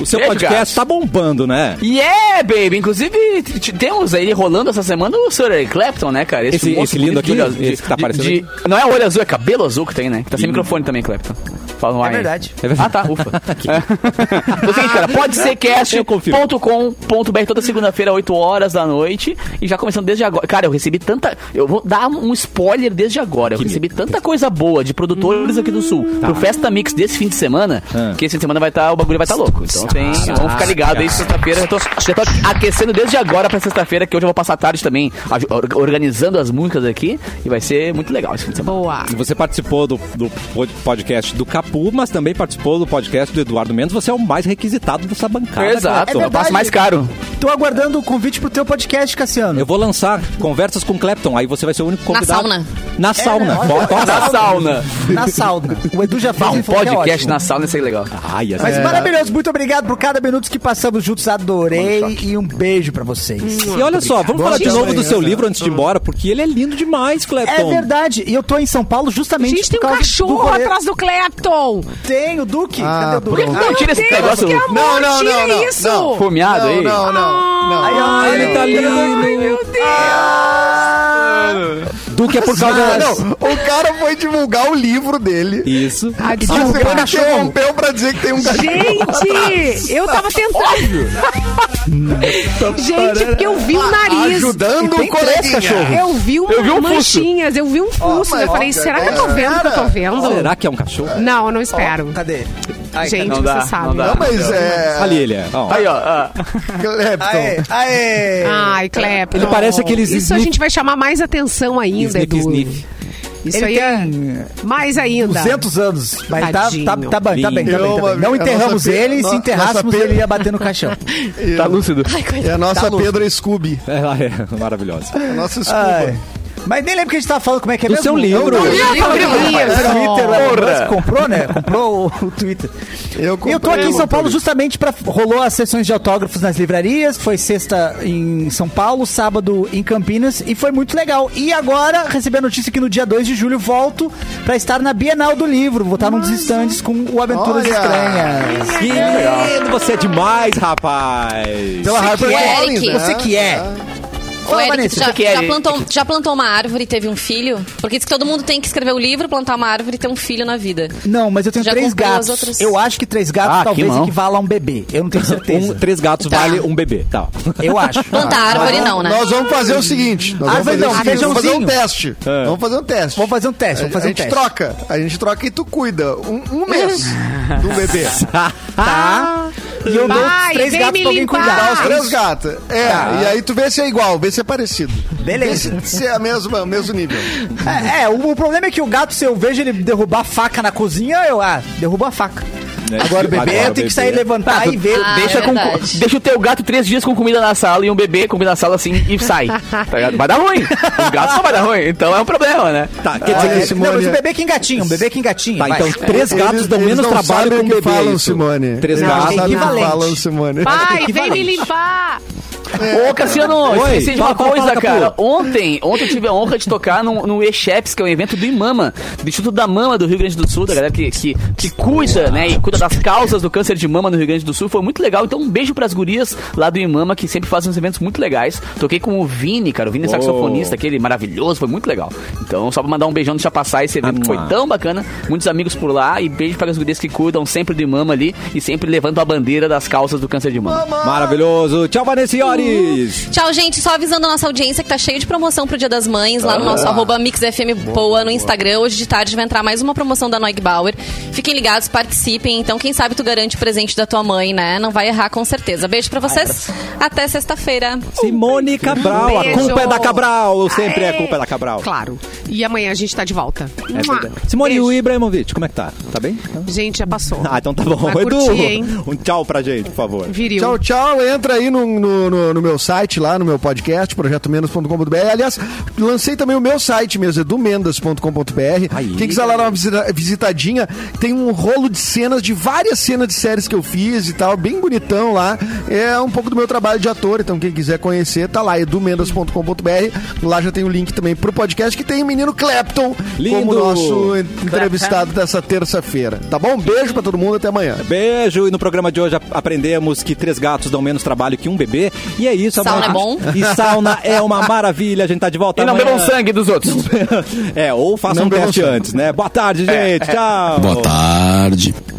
o seu
Beijo,
podcast
gato.
tá bombando, né?
Yeah, é, baby! Inclusive, t- t- temos aí rolando essa semana o Sr. Clapton, né, cara?
Esse-
moço
esse lindo
bonito
aqui?
de olho- de-
Esse que tá aparecendo
de- Não é olho azul, é cabelo azul que tem, né? Que Tá sem microfone também, Clapton. Fala um ar aí.
verdade.
É verdade.
Ah, tá, ufa. Então é o seguinte, cara, pode ser
Eu confirmo.
cast.com.br toda segunda-feira, 8 horas da noite. E já começando desde agora. Cara, eu recebi tanta. Eu vou dar um spoiler desde agora. Eu recebi tanta coisa boa de produtores aqui do Sul pro Festa Mix desse fim de semana.
Tá. Ah.
Que esse fim de semana vai estar. o bagulho vai estar louco. Então tem. Vamos ficar ligados aí sexta-feira. Já tô, já tô aquecendo desde agora pra sexta-feira, que hoje eu vou passar a tarde também aj- or- organizando as músicas aqui. E vai ser muito legal esse fim de semana.
Boa.
Você participou do, do pod- podcast do Capu, mas também participou do podcast do Eduardo Mendes. Você é o mais requisitado dessa bancada.
Exato,
Clapton.
eu passo Tá, mais caro.
tô aguardando o convite pro teu podcast, Cassiano.
Eu vou lançar Conversas com Clapton, aí você vai ser o único convidado.
sauna.
Na sauna.
né?
Bota-
Na sauna.
Na sauna. O Edu já fez
Ah,
e
um
falou que é
podcast
ótimo.
na sauna, isso é legal.
Ai, assim-
Mas maravilhoso, muito obrigado por cada minuto que passamos juntos, adorei e um beijo pra vocês.
Hum,
E olha só, vamos falar de
Gosto
novo
também,
do seu livro antes de ir embora, porque ele é lindo demais,
É
Clapton.
verdade, e eu tô em São Paulo justamente
Gente, tem um
por causa do
cachorro
rolê.
atrás do Clapton.
Tem o Duque.
Ah,
Cadê o Duque?
pronto.
Não, tira esse
Deus,
negócio
que amor,
Não, não,
tira
não, não,
isso.
não.
fomeado aí.
Ah, Não, não, não.
Ai,
não.
Ah,
ai,
ele tá
Ai,
lindo.
meu Deus.
Ah.
Duque é por causa...
Não, o cara foi divulgar o livro dele.
Isso.
Ah,
E
desculpa.
você me interrompeu pra dizer que tem um cachorro.
Gente, eu tava tentando. Gente, é porque eu vi o nariz.
Ajudando o coleguinha.
Eu vi uma
Eu vi um fuço.
manchinhas, eu vi um fuso.
mas
eu falei,
ó,
será que eu tô
cara,
vendo o que eu tô vendo?
Será que é um cachorro?
Não, eu não espero.
Cadê?
Gente,
não
você
dá,
sabe.
não dá.
Não, mas é...
Ali ele é. ó.
Aí, ó. ah.
Clapton.
Aê, aê.
Ai, Clepton.
Ele parece aqueles
Isso a
sniff-
gente vai chamar mais atenção ainda,
Sniff,
Edu.
sniff.
Isso
Ele
aí é mais ainda.
200 anos, mas tá, tá,
Tadinho.
tá, bem, tá bem, tá bem,
Lindo.
tá bem.
Eu,
Não
a
enterramos
nossa pe-
ele, e se
no-
enterrássemos
nossa pe-
ele ia bater no caixão.
Tá lúcido.
É a nossa
Tá louco.
Pedra Scooby.
Ela é maravilhosa.
A nossa
Ai.
Scuba.
Mas nem lembro que a gente tava falando como é que é
Do
mesmo.
seu livro.
Meu
Eu-
Deus.
Era o Twitter, é o Elon
Porra.
Musk comprou, né? Comprou o, o Twitter.
Eu
E eu tô
comprei
aqui em
o
São Paulo
Twitter.
justamente pra. Rolou as sessões de autógrafos nas livrarias, foi sexta em São Paulo, sábado em Campinas, e foi muito legal. E agora, recebi a notícia que no dia 2 de julho volto pra estar na Bienal do Livro, vou estar num dos estandes com o Aventuras
Olha.
Estranhas.
Que lindo, você é demais, rapaz. Um,
Pela Harper
que é,
Collins,
Eric.
né?
Você que é.
O
Fala,
Eric
Vanessa.
já,
que é,
já
Eric?
plantou, já plantou uma árvore e teve um filho? Porque diz que todo mundo tem que escrever o livro, plantar uma árvore e ter um filho na vida.
Não, mas eu tenho
Já
três
comprou as
gatos.
outras?
Eu acho que três gatos
Ah, que
talvez
mão.
equivala a um bebê. Eu não tenho certeza.
Um, três gatos
Tá.
vale um bebê. Tá.
Eu acho.
Plantar
Ah,
árvore não, né?
Nós vamos fazer o seguinte. Nós vamos
Árvore
fazer,
não,
o seguinte, vamos fazer um
feijãozinho.
teste. Vamos fazer um teste.
Vamos fazer um teste, vamos fazer
a
um
gente
teste.
troca. A gente troca e tu cuida. Um, um mês do bebê.
Tá? E eu dou os
Vai,
três
vem
gatos
me
pra alguém
limpar.
cuidar.
Dá Tá,
Ah.
os três gatos. É,
Tá.
e aí tu vê se é igual, vê se é parecido.
Beleza.
Vê se, se é a mesma, o mesmo nível.
É, é, o, o problema é que o gato, se eu vejo ele derrubar a faca na cozinha, eu. Ah, derruba a faca. Agora o bebê é. tem que sair levantar
Tá, tu-
e ver.
Ah,
deixa, com-
verdade.
deixa o teu gato três dias com comida na sala e um bebê com comida na sala assim e sai. Tá ligado? Vai dar ruim. Os gatos não vai dar ruim. Então é um problema, né?
Tá, quer
Olha,
dizer que...
esse
não, mas
Simone-
o bebê é que engatinha, o bebê que engatinha.
Tá,
vai.
então três
Eles-
gatos dão
eles
menos
não
trabalho
sabem
com
o
um
que
bebê.
falam,
isso.
Simone.
Três
Eles
gatos.
Não sabem o que
Equivalente.
falam, Simone.
Pai, vem me
Equivalente.
limpar.
Ô, Cassiano,
Oi,
esqueci de
fala,
uma
fala,
coisa,
fala,
cara.
Capu.
Ontem, ontem eu tive a honra de tocar no, no E-Chefs, que é um evento do Imama, do Instituto da Mama do Rio Grande do Sul, da galera que, que, que cuida, né, e cuida das causas do câncer de mama no Rio Grande do Sul. Foi muito legal. Então, um beijo pras gurias lá do Imama, que sempre fazem uns eventos muito legais. Toquei com o Vini, cara, o Vini é saxofonista, aquele maravilhoso, foi muito legal. Então, só pra mandar um beijão, deixar passar esse evento que foi
Mua.
tão bacana. Muitos amigos por lá e beijo para as gurias que cuidam sempre do Imama ali e sempre levando a bandeira das causas do câncer de mama.
Maravilhoso. Tchau, Vanessa Iores.
Tchau, gente. Só avisando a nossa audiência que tá cheio de promoção pro Dia das Mães, lá no nosso arroba MixFMPoa no Instagram. Hoje de tarde vai entrar mais uma promoção da Noig Bauer. Fiquem ligados, participem. Então, quem sabe tu garante o presente da tua mãe, né? Não vai errar com certeza. Beijo pra vocês. Até sexta-feira.
Simone Cabral. A
Beijo.
culpa é da Cabral. Sempre é
Aê.
a culpa é da Cabral.
Claro. E amanhã a gente tá de volta.
É verdade.
Mua.
Simone, e
Beijo.
o Ibrahimovic, como é que tá? Tá bem?
Gente, já passou.
Ah, então tá bom.
Vai
Edu,
curtir, hein?
um tchau pra gente, por favor.
Viril.
Tchau, tchau. Entra aí no, no, no- no meu site lá, no meu podcast, projetomenos.com.br. Aliás, lancei também o meu site mesmo,
Aí.
edumendas.com.br. Quem quiser lá dar uma visita- visitadinha, tem um rolo de cenas, de várias cenas de séries que eu fiz e tal, bem bonitão lá. É um pouco do meu trabalho de ator, então quem quiser conhecer, tá lá, edumendas.com.br. Lá já tem o link também pro podcast, que tem o menino Clapton
Lindo.
como nosso entrevistado dessa terça-feira. Tá bom? Um beijo pra todo mundo, até amanhã.
Beijo. E no programa de hoje a- aprendemos que três gatos dão menos trabalho que um bebê. E é isso.
Sauna
amanhã
é
a gente- E sauna é uma maravilha. A gente tá de volta
E não
amanhã.
bebam sangue dos outros.
É, ou façam um
Não bebam
teste
sangue.
É,
antes, né? Boa tarde, gente. Tchau.
Boa tarde.